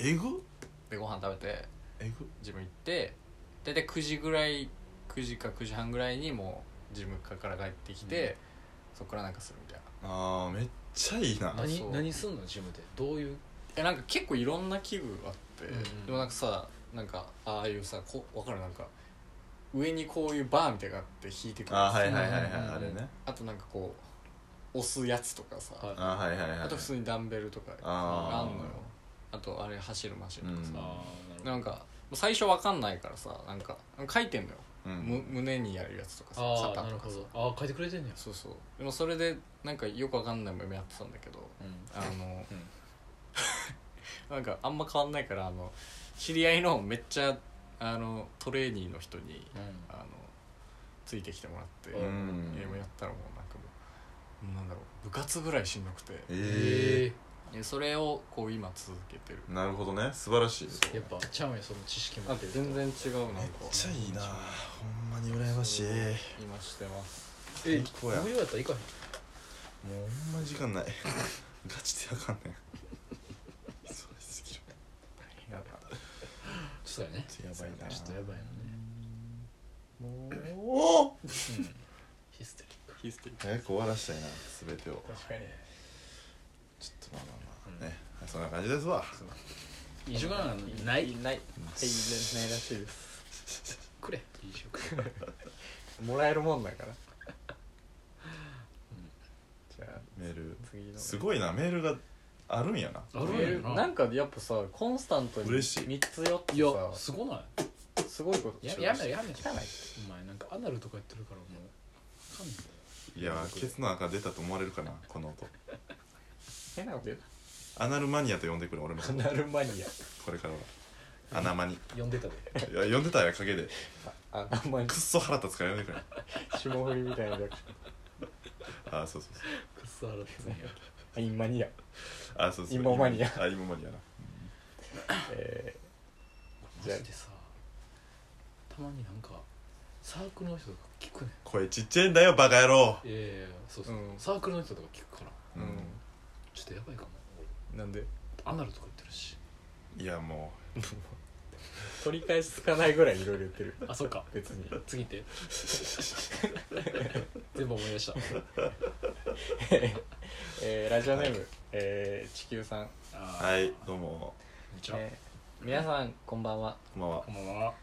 Speaker 1: えぐ
Speaker 2: でご飯食べて
Speaker 1: えぐ
Speaker 2: ジム行って大体9時ぐらい9時か9時半ぐらいにもうジムから帰ってきて、そっからなんかするみたいな
Speaker 1: ああめっちゃいいな
Speaker 2: あそう
Speaker 3: 何何すんのジムでどういう
Speaker 2: えなんか結構いろんな器具あって、
Speaker 3: うんうん
Speaker 2: でもなんかさなんかああいうさこわかるなんか上にこういうバーみたいなのがあって引いてくる
Speaker 1: あーはいはいはいはい
Speaker 3: うん
Speaker 1: あれね
Speaker 2: あとなんかこう押すやつとかさ、
Speaker 3: はい
Speaker 1: あーはいはいはい
Speaker 2: あと普通にダンベルとか
Speaker 1: あ
Speaker 2: あ
Speaker 1: ー
Speaker 2: んのよあとあれ走るマシンとかさ、
Speaker 1: あ
Speaker 3: ー
Speaker 2: なんか最初わかんないからさなんか書いてんのよ、
Speaker 1: う
Speaker 2: む
Speaker 1: ん
Speaker 2: 胸にやるやつとかさ
Speaker 3: ああ
Speaker 2: 肩
Speaker 3: な
Speaker 2: と
Speaker 3: る
Speaker 2: か
Speaker 3: ほ
Speaker 2: さ
Speaker 3: どああ書いてくれてんねや
Speaker 2: そうそうでもそれでなんかよくわかんないもんやってたんだけど
Speaker 3: うん
Speaker 2: あの
Speaker 3: うん
Speaker 2: なんかあんま変わんないからあの知り合いのめっちゃあのトレーニーの人にあのついてきてもらって、
Speaker 3: うん
Speaker 2: ゲームやったらもうなんかもうなんだろう部活ぐらいしんどくて
Speaker 1: え
Speaker 2: でそれをこう今続けてる
Speaker 1: えなるほどね素晴らしい
Speaker 3: やっぱちゃうやその知識持
Speaker 2: あ
Speaker 3: ってる人
Speaker 2: 全然違うな
Speaker 1: めっ
Speaker 2: んか
Speaker 1: ちゃいいなほんまに羨ましい
Speaker 2: 今してます
Speaker 3: え
Speaker 1: 最高や
Speaker 3: 無料やったら行かへん
Speaker 1: もうほんま時間ない ガチであか んねん忙しすぎる
Speaker 2: やだ
Speaker 3: そうやね
Speaker 1: ちょっとやばいな
Speaker 3: ちょっとやばいよね
Speaker 1: もう
Speaker 3: ヒステリック
Speaker 2: ヒステリッ
Speaker 1: 早く終わらしたいな全てを
Speaker 2: 確かに
Speaker 1: ちょっとまあまあまあね、はいそんな感じですわ
Speaker 3: 一週間なんかない
Speaker 2: ないはいないらしいです
Speaker 3: くれ一週間
Speaker 2: もらえるもんだから じゃあ
Speaker 1: メール
Speaker 2: 次の
Speaker 1: すごいなメールがあるんやな
Speaker 3: あるん
Speaker 2: メ
Speaker 3: や
Speaker 2: ールなんかやっぱさコンスタントに
Speaker 1: 嬉しい
Speaker 2: 3つ4
Speaker 3: いや
Speaker 2: つ
Speaker 3: すごない
Speaker 2: さすごいこと
Speaker 3: や
Speaker 2: し
Speaker 3: やめやめ
Speaker 2: 汚い
Speaker 3: お前なんかアナルとかやってるからもうわかんない
Speaker 1: いやケツの赤出たと思われるかなこの音
Speaker 2: 変なこと言う
Speaker 1: アナルマニアと呼んでくれ俺のこと
Speaker 2: なアナルマニ
Speaker 1: これからはアナマニ
Speaker 3: 呼んで たで
Speaker 1: いや呼んでたよ陰で
Speaker 2: アああんまり
Speaker 1: くっそ腹立つから呼んでくれ
Speaker 2: 霜降りみたいな略
Speaker 1: あそうそうそう
Speaker 3: くっそ腹立つね
Speaker 2: あインマニア
Speaker 1: あそうそう
Speaker 2: 芋マニア
Speaker 1: あ芋マニアな
Speaker 2: え
Speaker 3: マジでさたまになんかサークルの人とか聞くねん
Speaker 1: 声ちっちゃいんだよバカ野郎
Speaker 3: いやいやいやそうそう、
Speaker 2: うん
Speaker 3: サークルの人とか聞くから
Speaker 2: う
Speaker 1: うんん
Speaker 3: ちょっとやばいかも
Speaker 2: ー、なんで
Speaker 3: アナルとか言ってるし
Speaker 1: いやも
Speaker 2: 取り返しつかないぐらいいろいろ言ってる
Speaker 3: あそっか
Speaker 2: 別に
Speaker 3: 次 行って全部思い出した
Speaker 2: えー、ラジオネーム、えー、地球さん、
Speaker 1: う
Speaker 3: あー
Speaker 1: はいどうも
Speaker 3: じゃあ
Speaker 2: えー、皆さんこんばんは
Speaker 1: こんばんは
Speaker 3: こんばんは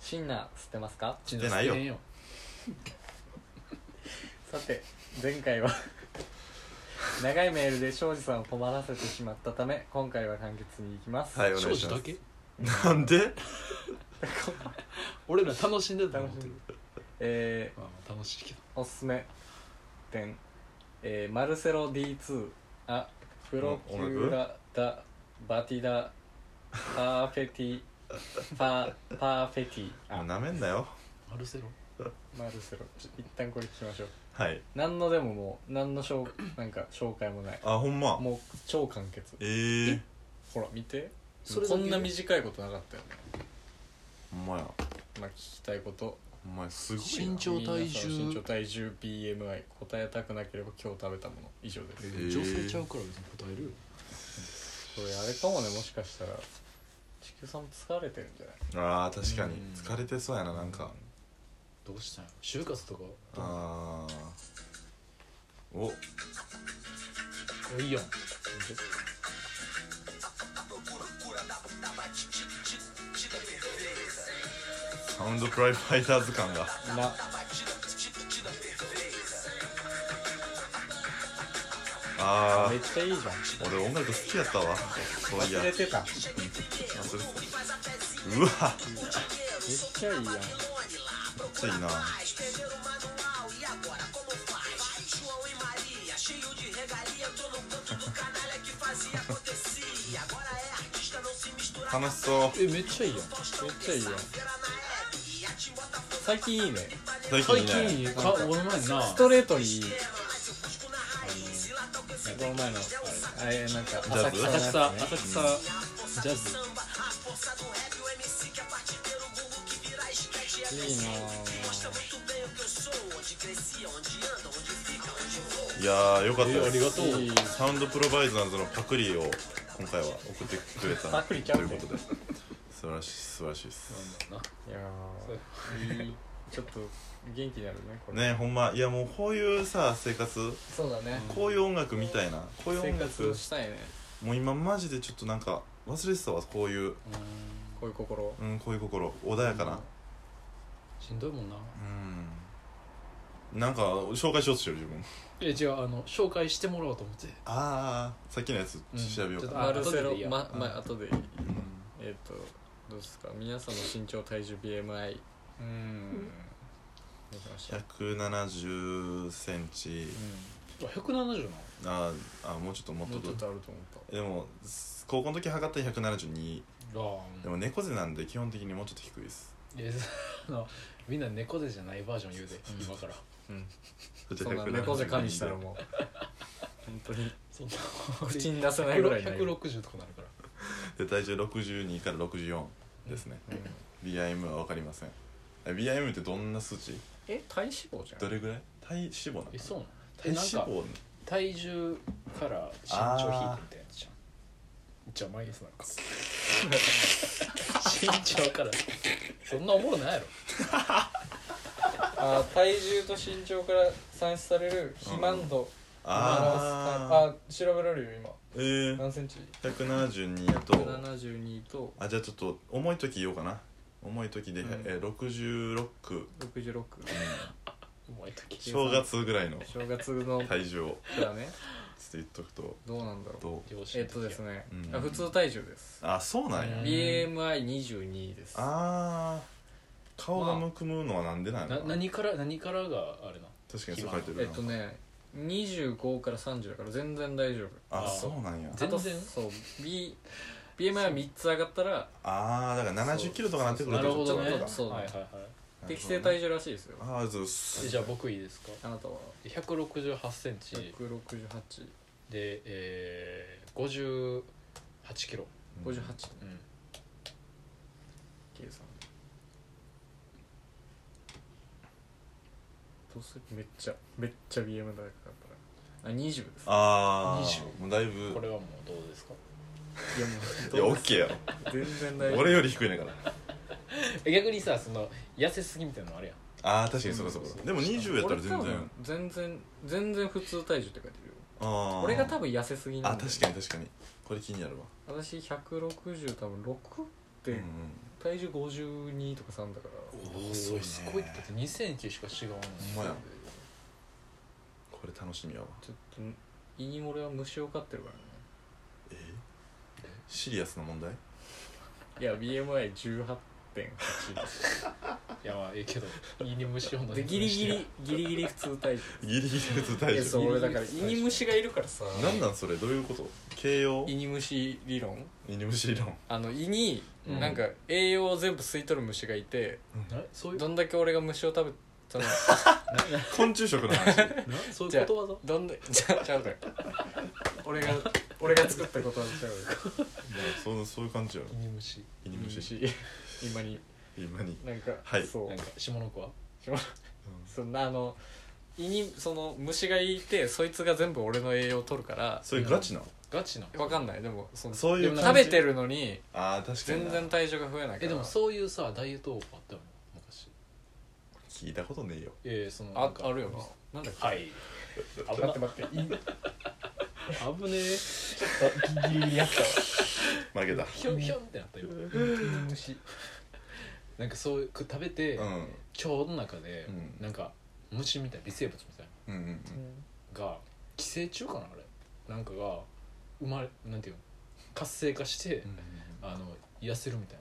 Speaker 2: シンナー吸ってますか
Speaker 3: 知
Speaker 1: ってないよ
Speaker 2: さて前回は長いメールで庄司さんを困らせてしまったため今回は簡潔にいきます、
Speaker 1: はいお願
Speaker 3: 庄
Speaker 1: いし
Speaker 3: 司
Speaker 1: ま
Speaker 3: だ
Speaker 1: す
Speaker 3: け
Speaker 1: なんで
Speaker 3: 俺ら楽しんでたと思ってる
Speaker 2: 楽え
Speaker 3: まあまあ楽しいけど
Speaker 2: ーおすすめ点、えーマルセロ D2 あプロキュラダバティダパーフェティパーパーフェティ
Speaker 1: あ
Speaker 2: あ
Speaker 1: なめんなよ
Speaker 3: マルセロ
Speaker 2: マルセロちょ一旦これ聞きましょう
Speaker 1: はい
Speaker 2: 何のでももう何のしょうなんか紹介もない
Speaker 1: あほんま
Speaker 2: もう超簡潔
Speaker 1: えー、
Speaker 2: ほら見て
Speaker 3: それだ
Speaker 2: こ
Speaker 3: け
Speaker 2: んな短いことなかったよね
Speaker 1: ほんまや
Speaker 2: まあ聞きたいこと
Speaker 1: ほんまやすごい
Speaker 3: 身
Speaker 1: な
Speaker 3: 長体
Speaker 2: 皆さんの身
Speaker 3: 重
Speaker 2: 長体重 BMI 答えたくなければ今日食べたもの以上です、
Speaker 1: えー
Speaker 3: 女性ちゃうから別に答えるよ
Speaker 2: これあれかもねもしかしたら地球さんも疲れてるんじゃない
Speaker 1: あー確かに
Speaker 3: うん
Speaker 1: 疲れてそうやななんか
Speaker 3: どうしたんや就活とか
Speaker 1: あーお
Speaker 3: おいいやん
Speaker 1: サウンドプライファイターズ感が
Speaker 2: な
Speaker 1: あ
Speaker 2: めっ
Speaker 1: ー
Speaker 2: ちゃいいじゃ
Speaker 1: 俺音楽好きやったわそういや
Speaker 2: ん忘れてためっ
Speaker 1: 忘れてうわめ
Speaker 2: ちゃいいやん
Speaker 1: っちゃいいな 楽しそう
Speaker 3: えめっちゃいいやん
Speaker 2: めっちゃいいやん最近いいね
Speaker 1: 最近
Speaker 3: 最
Speaker 1: いない
Speaker 3: 近か俺前にな
Speaker 2: ストレートにいい
Speaker 3: なん
Speaker 2: こ
Speaker 3: か
Speaker 2: の前のあれあれなんか
Speaker 1: ズ
Speaker 2: 浅草
Speaker 3: 浅
Speaker 2: のやつ
Speaker 3: 草
Speaker 2: ね
Speaker 3: 浅草ジャズ
Speaker 2: いいなぁ
Speaker 1: いやーよかったです
Speaker 3: えーありがとう
Speaker 2: いい
Speaker 1: サウンドプロバイザーズのパクリを今回は送ってくれた
Speaker 2: パクリちゃう
Speaker 1: とい
Speaker 2: ね
Speaker 1: うことで素晴らしい素晴らしいです
Speaker 3: なんだろ
Speaker 2: いやーいいちょっと元気になるねこれ
Speaker 1: ねほんまいやもうこういうさ生活
Speaker 2: そうだね
Speaker 1: こういう音楽みたいなこういう
Speaker 2: 生
Speaker 1: 音
Speaker 2: 活を
Speaker 1: 楽
Speaker 2: したいね
Speaker 1: もう今マジでちょっとなんか忘れてたわこういう、
Speaker 3: うなうん
Speaker 2: こういう心
Speaker 1: うん、こういう心穏やかな
Speaker 3: しんどいもんな
Speaker 1: うんなんか紹介しようとしてる自分
Speaker 3: え違うあの紹介してもらおうと思って
Speaker 1: ああさっきのやつ
Speaker 3: うん
Speaker 1: 調べよう
Speaker 3: ちょっと
Speaker 1: か
Speaker 3: あ
Speaker 2: マル
Speaker 3: 後
Speaker 2: セ
Speaker 3: で
Speaker 2: ロ
Speaker 3: でいいや
Speaker 2: ま
Speaker 1: うん
Speaker 2: まあ後でいい
Speaker 1: うん
Speaker 2: えっとどうですか皆さんの身長体重 BMI うんできました
Speaker 1: 170センチ
Speaker 2: う
Speaker 3: あ170なの
Speaker 1: あーあーもうちょっともっ
Speaker 2: んも
Speaker 1: と
Speaker 2: うちょっとあると思った
Speaker 1: でもす高校の時測った172
Speaker 3: あ
Speaker 1: でも猫背なんで基本的にもうちょっと低いです
Speaker 3: ーいやあのみんな猫背じゃないバージョン言うで今から
Speaker 2: うん
Speaker 1: そ
Speaker 2: そんな猫背加味したらもう本当に
Speaker 3: そんな
Speaker 2: 口に出せないぐらいになる
Speaker 3: 160とかなるから
Speaker 1: で体重62から64ですね、
Speaker 2: うん
Speaker 1: BIM は分かりませんえ BIM ってどんな数値
Speaker 2: え体脂肪じゃん
Speaker 1: どれぐらい体脂肪なの
Speaker 3: えそうなの
Speaker 1: 体
Speaker 3: え
Speaker 1: 脂
Speaker 3: なんか
Speaker 1: 肪
Speaker 3: 体重から身長引いてみたいなやつじゃんじゃあマイナスなのか 身長からそんなおもろないやろ
Speaker 2: あー体重と身長から算出される肥満度を表す
Speaker 1: ああ
Speaker 2: あー調べられるよ
Speaker 1: えー
Speaker 2: 今何センチ
Speaker 1: 172やと
Speaker 2: 172と
Speaker 1: あじゃあちょっと重い時言おうかな重い時で、
Speaker 2: うん
Speaker 1: えー66
Speaker 2: 66
Speaker 3: お前時
Speaker 1: 正月ぐらいの
Speaker 2: 正月の
Speaker 1: 体重を
Speaker 2: だね
Speaker 1: ちょっと言っとくと
Speaker 2: どうなんだろう
Speaker 1: どう
Speaker 3: 両親
Speaker 2: え
Speaker 3: の
Speaker 2: っとです
Speaker 3: 時は
Speaker 2: ね、
Speaker 1: うん
Speaker 2: あ普通体重です
Speaker 1: あそうなんや、
Speaker 3: うん
Speaker 2: BMI22 です
Speaker 1: あー顔がむくむのはなんでなんや
Speaker 3: な
Speaker 1: ろな
Speaker 3: 何から何からがあれな
Speaker 1: 確かにそう書いてるな
Speaker 2: えっとね25から30だから全然大丈夫
Speaker 1: あ
Speaker 3: あ
Speaker 1: そうなんや
Speaker 3: 全然
Speaker 2: あとそう B BMI3 つ上がったら
Speaker 1: あーだから7 0キロとかなってくる
Speaker 3: な
Speaker 1: と
Speaker 3: るほど
Speaker 1: ち
Speaker 3: ね
Speaker 1: ょっと
Speaker 2: そう
Speaker 3: はいはいは
Speaker 2: 適正体
Speaker 1: 重
Speaker 2: 重らしいですよ
Speaker 1: ああそうっ
Speaker 3: いえ
Speaker 1: す
Speaker 3: じゃあ僕いいですか
Speaker 2: あなたは
Speaker 3: 1 6 8ンチ
Speaker 2: 16858
Speaker 3: でえー、58キロ、
Speaker 1: うん
Speaker 3: うん、
Speaker 2: 計算どうするめっちゃめっちゃ BMI 高かったらあ20です
Speaker 1: あ
Speaker 3: 20
Speaker 1: あもうだいぶ
Speaker 3: これはもうどうですか
Speaker 2: いやも
Speaker 1: いや
Speaker 2: う
Speaker 1: オッケーやろ
Speaker 2: 全然大丈夫
Speaker 1: 俺より低いねんから
Speaker 3: え逆にさその痩せすぎみたいなのあるやん
Speaker 1: ああ確かにそうかそう
Speaker 3: そう
Speaker 1: か
Speaker 3: そう
Speaker 1: でも20やったら全
Speaker 2: 俺多
Speaker 1: 然
Speaker 2: 分全然全然普通体重って書いてるよ
Speaker 1: ああ
Speaker 2: 俺が多分痩せすぎな
Speaker 1: あ
Speaker 2: んで
Speaker 1: 確かに確かにこれ気になるわ
Speaker 2: 私160多分6
Speaker 1: う
Speaker 2: で、
Speaker 1: んうん
Speaker 2: 体重52とか3だから
Speaker 1: おーすごいね
Speaker 3: すごいだって2センチしか違うの
Speaker 1: ほんまやこれ楽しみやわ
Speaker 2: ちょっ胃に俺は虫を飼ってるからね
Speaker 1: えシリアスな問題
Speaker 2: いや BMI18.8
Speaker 3: いやまあええけど胃に虫を飲ん
Speaker 2: でギリギリギリギリ普通 体重
Speaker 1: ギリギリ別
Speaker 2: い
Speaker 1: 大
Speaker 2: や
Speaker 1: 丈
Speaker 2: そう
Speaker 1: 夫
Speaker 2: 俺だから胃に虫がいるからさ
Speaker 1: 何なんそれどういうこと形容
Speaker 2: 胃に虫理論
Speaker 1: 犬虫理論
Speaker 2: あの胃に
Speaker 3: うん
Speaker 2: なんか栄養を全部吸い取る虫がいて、
Speaker 3: なそういう
Speaker 2: どんだけ俺が虫を食べた の
Speaker 1: 昆虫食の話
Speaker 3: なそう
Speaker 2: じ
Speaker 3: いう
Speaker 2: ゃあ
Speaker 3: ことわざ
Speaker 2: どんだちゃちゃうだよ俺が俺が作ったことはちゃう
Speaker 1: そうそういう感じやろ
Speaker 3: 胃に虫
Speaker 1: 犬
Speaker 2: よ
Speaker 1: 虫
Speaker 2: 虫 今に
Speaker 1: 今に
Speaker 2: なんか、
Speaker 1: はい
Speaker 2: そう
Speaker 3: なんか下の子は
Speaker 2: そんなあの胃にその虫がいてそいつが全部俺の栄養を取るから
Speaker 1: それガチな
Speaker 3: ガチな
Speaker 2: わかんないでもその
Speaker 1: そういう
Speaker 2: でも
Speaker 1: 感
Speaker 2: 食
Speaker 1: じ
Speaker 2: べてるのに
Speaker 1: ああ確かに
Speaker 2: 全
Speaker 1: な
Speaker 2: 然体重が増えないから
Speaker 3: えでもそういうさダイエットオーバーあったよね昔
Speaker 1: 聞いたことねえよ
Speaker 3: ええそのな
Speaker 2: あ
Speaker 3: んか
Speaker 2: あるよななんだっけ、
Speaker 3: はい
Speaker 2: 待って待って
Speaker 3: 危ねえちょっとギリギリやったわ
Speaker 1: 負けた
Speaker 3: ひょんひょんってなったよ虫なんかそういう食べて
Speaker 1: うん
Speaker 3: 腸の中で
Speaker 1: うん
Speaker 3: なんか虫みたいな微生物みたい
Speaker 1: うんうん
Speaker 3: なのが寄生虫かなあれなんかが生まれなんていうの活性化して
Speaker 1: うん
Speaker 3: あの痩せるみたい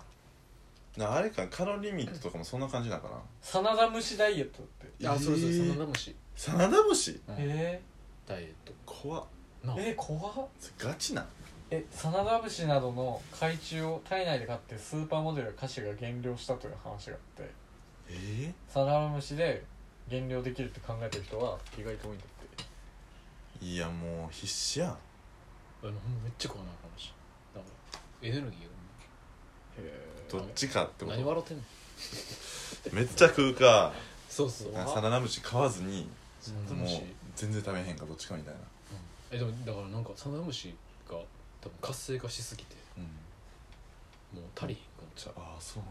Speaker 1: なあれかカロリーミットとかもそんな感じなんかな
Speaker 2: 真田虫ダイエットって
Speaker 3: なあそれそれ
Speaker 1: え
Speaker 3: そ
Speaker 1: ー
Speaker 3: のダムシ
Speaker 1: 真田虫
Speaker 2: え
Speaker 3: ダイエット
Speaker 1: 怖っ
Speaker 3: なあ
Speaker 2: ー、えー、怖っ
Speaker 1: それガチな
Speaker 2: え真田節などの海中を体内で飼ってスーパーモデルや歌手が減量したという話があって
Speaker 1: え
Speaker 2: 真田節で減量できるって考えてる人は意外と多いんだって
Speaker 1: えいやもう必死やん
Speaker 3: あのほんまめっちゃ怖いなこの話だからエネルギーが
Speaker 2: へ
Speaker 1: どっちかってこ
Speaker 3: 何
Speaker 1: と
Speaker 3: 笑ってんの
Speaker 1: めっちゃ食うか
Speaker 3: そうそう
Speaker 1: あサナダムシ買わずに
Speaker 3: サナダ
Speaker 1: も
Speaker 3: ム
Speaker 1: う
Speaker 3: シ
Speaker 1: 全然食べへんかどっちかみたいな
Speaker 3: えでもだからなんかサナダムシが多分活性化しすぎて
Speaker 1: うん
Speaker 3: もう足りひんかも
Speaker 1: じゃああそう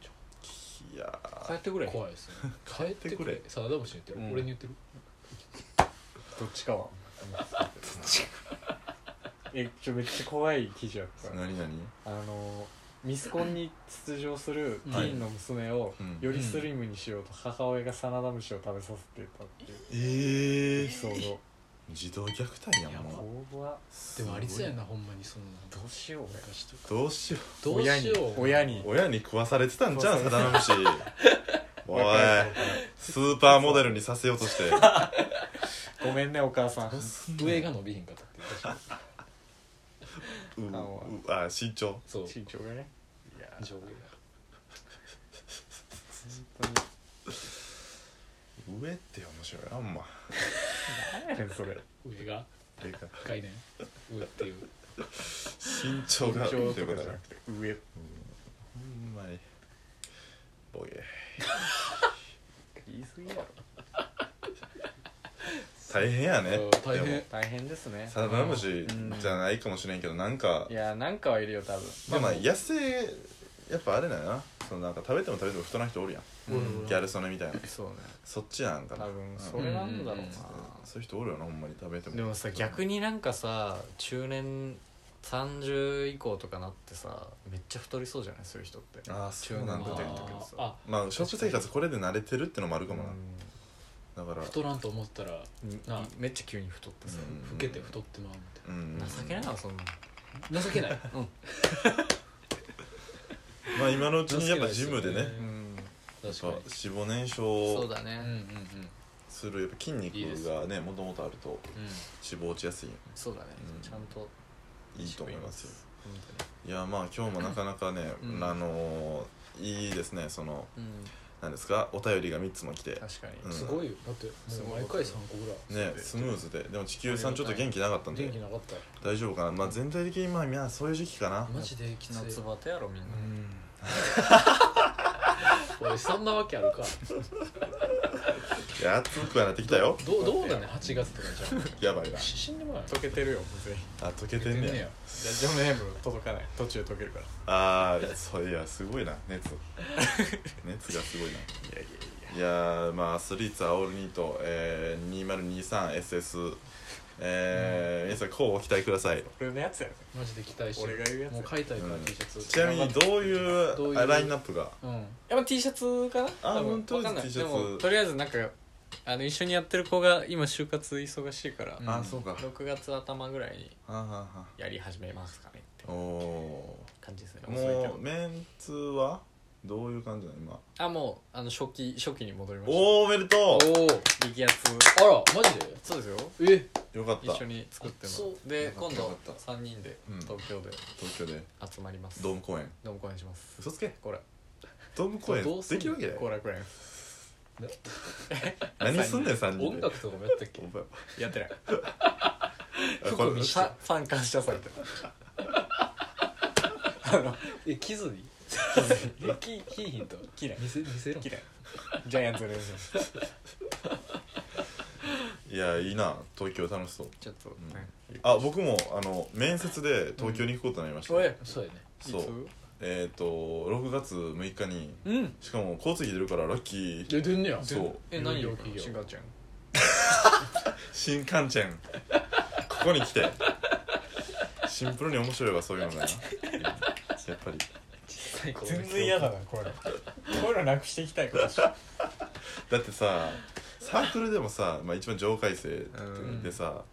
Speaker 3: ちょ
Speaker 1: いやー
Speaker 2: 帰ってくれ
Speaker 3: 怖いですね帰ってて
Speaker 1: く
Speaker 3: く
Speaker 1: れ
Speaker 3: れサナダムシに言ってる、
Speaker 1: うん
Speaker 3: 俺に言ってる
Speaker 2: どっちかはえちょめっちゃ怖い記事やった
Speaker 1: 何何
Speaker 2: あのミスコンに出場するテ
Speaker 3: うん
Speaker 2: ィーンの娘を
Speaker 1: うん
Speaker 2: よりスリムにしようと母親がサナダムシを食べさせてたってい
Speaker 1: え
Speaker 2: うエ
Speaker 1: え
Speaker 2: ピソード
Speaker 1: 児童虐待やん
Speaker 3: やば
Speaker 1: もう
Speaker 2: 怖っ
Speaker 3: でもありそうや
Speaker 1: な
Speaker 3: なほんまにそのなんか
Speaker 2: どうしよう俺
Speaker 3: 昔とか
Speaker 1: どうしよ
Speaker 3: どう
Speaker 2: 親
Speaker 3: し
Speaker 2: に
Speaker 3: よう
Speaker 2: 親
Speaker 1: う
Speaker 2: に
Speaker 1: 親に食わされてたんじゃん
Speaker 2: 食
Speaker 1: サ
Speaker 2: わ
Speaker 1: ナダムシおい
Speaker 2: わかるわか
Speaker 1: スーパーモデルにさせようとして
Speaker 2: るごめんねお母さん
Speaker 3: 上が伸びひんかったっていう確かに
Speaker 1: うう
Speaker 2: あおいう
Speaker 1: あ身長
Speaker 3: そう
Speaker 2: 身長がねいや
Speaker 3: 上下
Speaker 2: 本
Speaker 1: 上って面白いなあんま
Speaker 2: 当に何やねんそれ
Speaker 3: が上が
Speaker 1: でかい
Speaker 3: 概念上っていう
Speaker 1: 身長
Speaker 2: 身
Speaker 1: が
Speaker 2: 長と
Speaker 1: で
Speaker 2: か
Speaker 1: か
Speaker 2: じ
Speaker 1: い
Speaker 2: ゃなくて上
Speaker 1: ほんまにボケ
Speaker 2: 言い過ぎやろ
Speaker 1: 大変やね
Speaker 3: うん大変
Speaker 1: でも
Speaker 2: 大変ですね
Speaker 1: サナダムシ
Speaker 2: うん
Speaker 1: じゃないかもしれんけどなんか
Speaker 2: いやなんかはいるよ多分
Speaker 1: まあまあ野生やっぱあれだよなそのなんか食べても食べても太な人おるやん
Speaker 2: うん
Speaker 1: ギャル曽根みたいな
Speaker 2: そうね
Speaker 1: そっちなんか
Speaker 2: 多
Speaker 1: な
Speaker 2: 分
Speaker 1: うん
Speaker 2: それなんだろうな、
Speaker 1: そういう人おるよなほんまに食べても
Speaker 2: でもさ逆になんかさ中年30以降とかなってさめっちゃ太りそうじゃないそういう人って
Speaker 1: ああそうなんだ
Speaker 2: 中
Speaker 1: ね
Speaker 2: 年の時とかさ
Speaker 3: あ
Speaker 1: まあ食生活これで慣れてるってのもあるかもな
Speaker 2: う
Speaker 1: だから
Speaker 3: 太らんと思ったら
Speaker 2: ん
Speaker 3: なあ
Speaker 2: めっちゃ急に太ってさ、
Speaker 3: 老けて太ってまうみた
Speaker 1: うん
Speaker 2: 情けないなそんなの
Speaker 3: いな情け ない
Speaker 1: まあ今のうちにやっぱジムでねやっ
Speaker 3: う確
Speaker 1: ぱ
Speaker 3: か
Speaker 1: 脂肪燃
Speaker 2: そう
Speaker 1: 焼
Speaker 2: だね、
Speaker 3: にうんうん
Speaker 1: するやっぱ筋肉がねもともとあると
Speaker 3: うんうん
Speaker 1: 脂肪落ちやすい
Speaker 2: そうだね、
Speaker 1: うん
Speaker 2: ちゃんと
Speaker 1: いいと思いますよ
Speaker 2: 本
Speaker 1: いやまあ今日もなかなかね、
Speaker 2: うん
Speaker 1: あのーいいですねその
Speaker 2: 当にうん
Speaker 1: なんですかお便りが3つも来て
Speaker 2: 確かに、
Speaker 1: うん
Speaker 3: すごいよだってもう毎回3個ぐらい
Speaker 1: ねスムーズででも地球さんちょっと元気なかったん
Speaker 3: 元気
Speaker 1: で
Speaker 3: なかった
Speaker 1: 大丈夫かなまあ全体的にまあみんなそういう時期かな
Speaker 3: マジできつい
Speaker 2: 夏バテやろみんな、
Speaker 1: うん
Speaker 3: おいそんなわけあるか
Speaker 1: いや暑くはなってきたよ
Speaker 3: どうどうだね8月とかじゃ
Speaker 1: やばいな
Speaker 3: あ死んでもらう
Speaker 2: 溶けてるよ全員
Speaker 1: あ溶けてんねや
Speaker 2: ラジオネーム届かない途中で溶けるから
Speaker 1: ああそういやすごいな 熱熱がすごいない
Speaker 2: やいやいや
Speaker 1: いやーまあアスリーツアオールニート、えー、2023SS えー皆さんこうご期待ください
Speaker 2: 俺のやつやね
Speaker 3: マジで期待して
Speaker 2: 俺が言うやつ
Speaker 3: もう買いたいから
Speaker 1: うん
Speaker 3: T シャツ
Speaker 1: ちなみにどういう
Speaker 3: どういう
Speaker 1: あラインナップが
Speaker 3: うん
Speaker 2: やっぱ T シャツかな
Speaker 1: あ
Speaker 2: 多分
Speaker 1: 本当です
Speaker 2: わかんない
Speaker 1: T シャツ
Speaker 2: でもとりあえずなんかあの一緒にやってる子が今就活忙しいから、
Speaker 3: うん
Speaker 1: あそうか
Speaker 2: 6月頭ぐらいに
Speaker 1: はんはんは
Speaker 2: やり始めますかねって
Speaker 1: んお
Speaker 2: 感じですね
Speaker 1: ー
Speaker 2: 遅いけ
Speaker 1: も
Speaker 2: ど
Speaker 1: うメンツはどういう感じなの今
Speaker 2: あもうあの初期初期に戻りまし
Speaker 1: おーおめでと
Speaker 2: たお激アツ
Speaker 3: あらマジで
Speaker 2: そうですよ
Speaker 3: え
Speaker 1: うよかった
Speaker 2: 一緒に作って
Speaker 3: あ
Speaker 2: ます
Speaker 3: そう
Speaker 1: よ
Speaker 2: で
Speaker 1: かっ
Speaker 2: 今
Speaker 1: たよ
Speaker 2: 度
Speaker 1: かった
Speaker 2: 3人で
Speaker 1: うん
Speaker 2: 東京で
Speaker 1: 東京で
Speaker 2: 集まります、
Speaker 1: ドーム公演
Speaker 2: どうも公演します
Speaker 1: 嘘つけ
Speaker 2: これ
Speaker 1: ドーム公演
Speaker 3: どうすん
Speaker 1: で
Speaker 3: の
Speaker 1: きるわけだ
Speaker 2: 後
Speaker 1: よ
Speaker 2: 楽園
Speaker 1: 何すんねん3人で
Speaker 3: 音楽とかもやったっけ
Speaker 1: お前
Speaker 2: や ってない
Speaker 1: あこれ
Speaker 2: ファンファン感謝祭って
Speaker 3: えキズに えキキーヒント
Speaker 2: キレ
Speaker 3: 見せ見せろ
Speaker 2: キレジャイアンツの練習
Speaker 1: いやいいな東京楽しそう
Speaker 2: ちょっと、
Speaker 1: ん
Speaker 2: ね
Speaker 1: あ僕もあの面接で東京に行くことになりました、
Speaker 2: おい
Speaker 3: そうやね
Speaker 1: そう
Speaker 2: い
Speaker 1: えっ、と6月6日に
Speaker 2: つうん
Speaker 1: しかも交通費出るからラッキー
Speaker 3: 出てんねや
Speaker 1: そう
Speaker 2: え
Speaker 3: 有
Speaker 2: 何
Speaker 3: 料
Speaker 2: よ
Speaker 3: 企業
Speaker 2: 新幹線
Speaker 1: 新幹線ここに来てシンプルに面白いわそういう のがなやっぱり
Speaker 2: 全然嫌だなこういうのこういうのなくしていきたいから
Speaker 1: だってさサークルでもさ、まあ、一番上階生
Speaker 2: うん
Speaker 1: でさ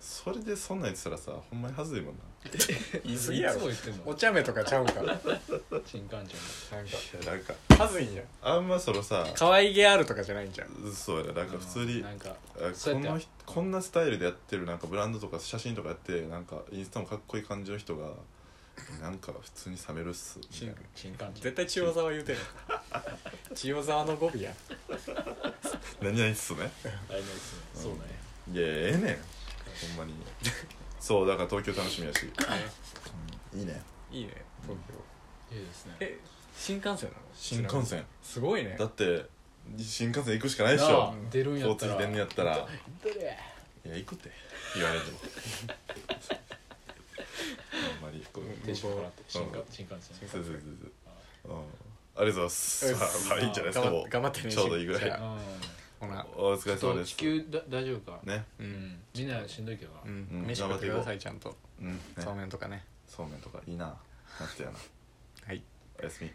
Speaker 1: それでそんなん言ってたらさほんまにはずいもんな
Speaker 2: 言い
Speaker 3: いつ
Speaker 2: 過
Speaker 3: も
Speaker 2: ぎや
Speaker 3: 言
Speaker 2: ろ
Speaker 3: ってん
Speaker 2: お
Speaker 3: の
Speaker 2: 茶目とかちゃうからなんか
Speaker 3: 新幹線
Speaker 1: いやなんか
Speaker 2: はずいんじゃん
Speaker 1: あんまそのさ
Speaker 2: 可愛げあるとかじゃないんじゃん
Speaker 1: そうやななんか普通に
Speaker 3: なんか
Speaker 1: あ
Speaker 3: そう
Speaker 1: こ
Speaker 3: やった
Speaker 1: の人こんなスタイルでやってるなんかブランドとか写真とかやってなんかインスタもかっこいい感じの人がなんか普通に冷めるっすみたいな
Speaker 3: 新幹線
Speaker 2: 絶対千代沢言うて る千代沢の語尾や
Speaker 1: 何々っすね
Speaker 3: あれないですねそう
Speaker 1: い
Speaker 3: ね
Speaker 1: やええねんほんまにそうだから東京楽しみやし、いいね
Speaker 2: いいね東京
Speaker 3: いいですね
Speaker 2: え新幹線なの
Speaker 1: 新幹線
Speaker 2: すごいね
Speaker 1: だって新幹線行くしかないでし
Speaker 3: なあ
Speaker 1: ょ
Speaker 3: 出るんや
Speaker 1: 交
Speaker 3: った
Speaker 1: 通
Speaker 3: ら
Speaker 1: 費出んねやったら
Speaker 3: どれ
Speaker 1: いや行くって言われてもあんまりこう
Speaker 3: 定食払って新幹
Speaker 1: うん
Speaker 3: 新幹線
Speaker 1: そうそうそうそううんありがとうござい ますまあまあいいんじゃないですか
Speaker 2: 頑張
Speaker 1: も
Speaker 2: っ
Speaker 1: う
Speaker 2: 頑張ってね
Speaker 1: ちょうどいいぐらい
Speaker 2: じゃあ
Speaker 3: う
Speaker 2: ほな
Speaker 1: お疲れ
Speaker 3: んちょ
Speaker 1: 様
Speaker 3: っ
Speaker 1: で
Speaker 3: と
Speaker 1: す
Speaker 3: 地球だ大丈夫か
Speaker 1: ね
Speaker 2: う
Speaker 3: うんんみんなしんどいけどな
Speaker 2: う
Speaker 1: うんん
Speaker 2: 飯食ってくださいちゃんと
Speaker 1: うんね
Speaker 2: そうめんとかね
Speaker 1: そうめんとかいいな夏やな
Speaker 2: はい
Speaker 1: おやすみ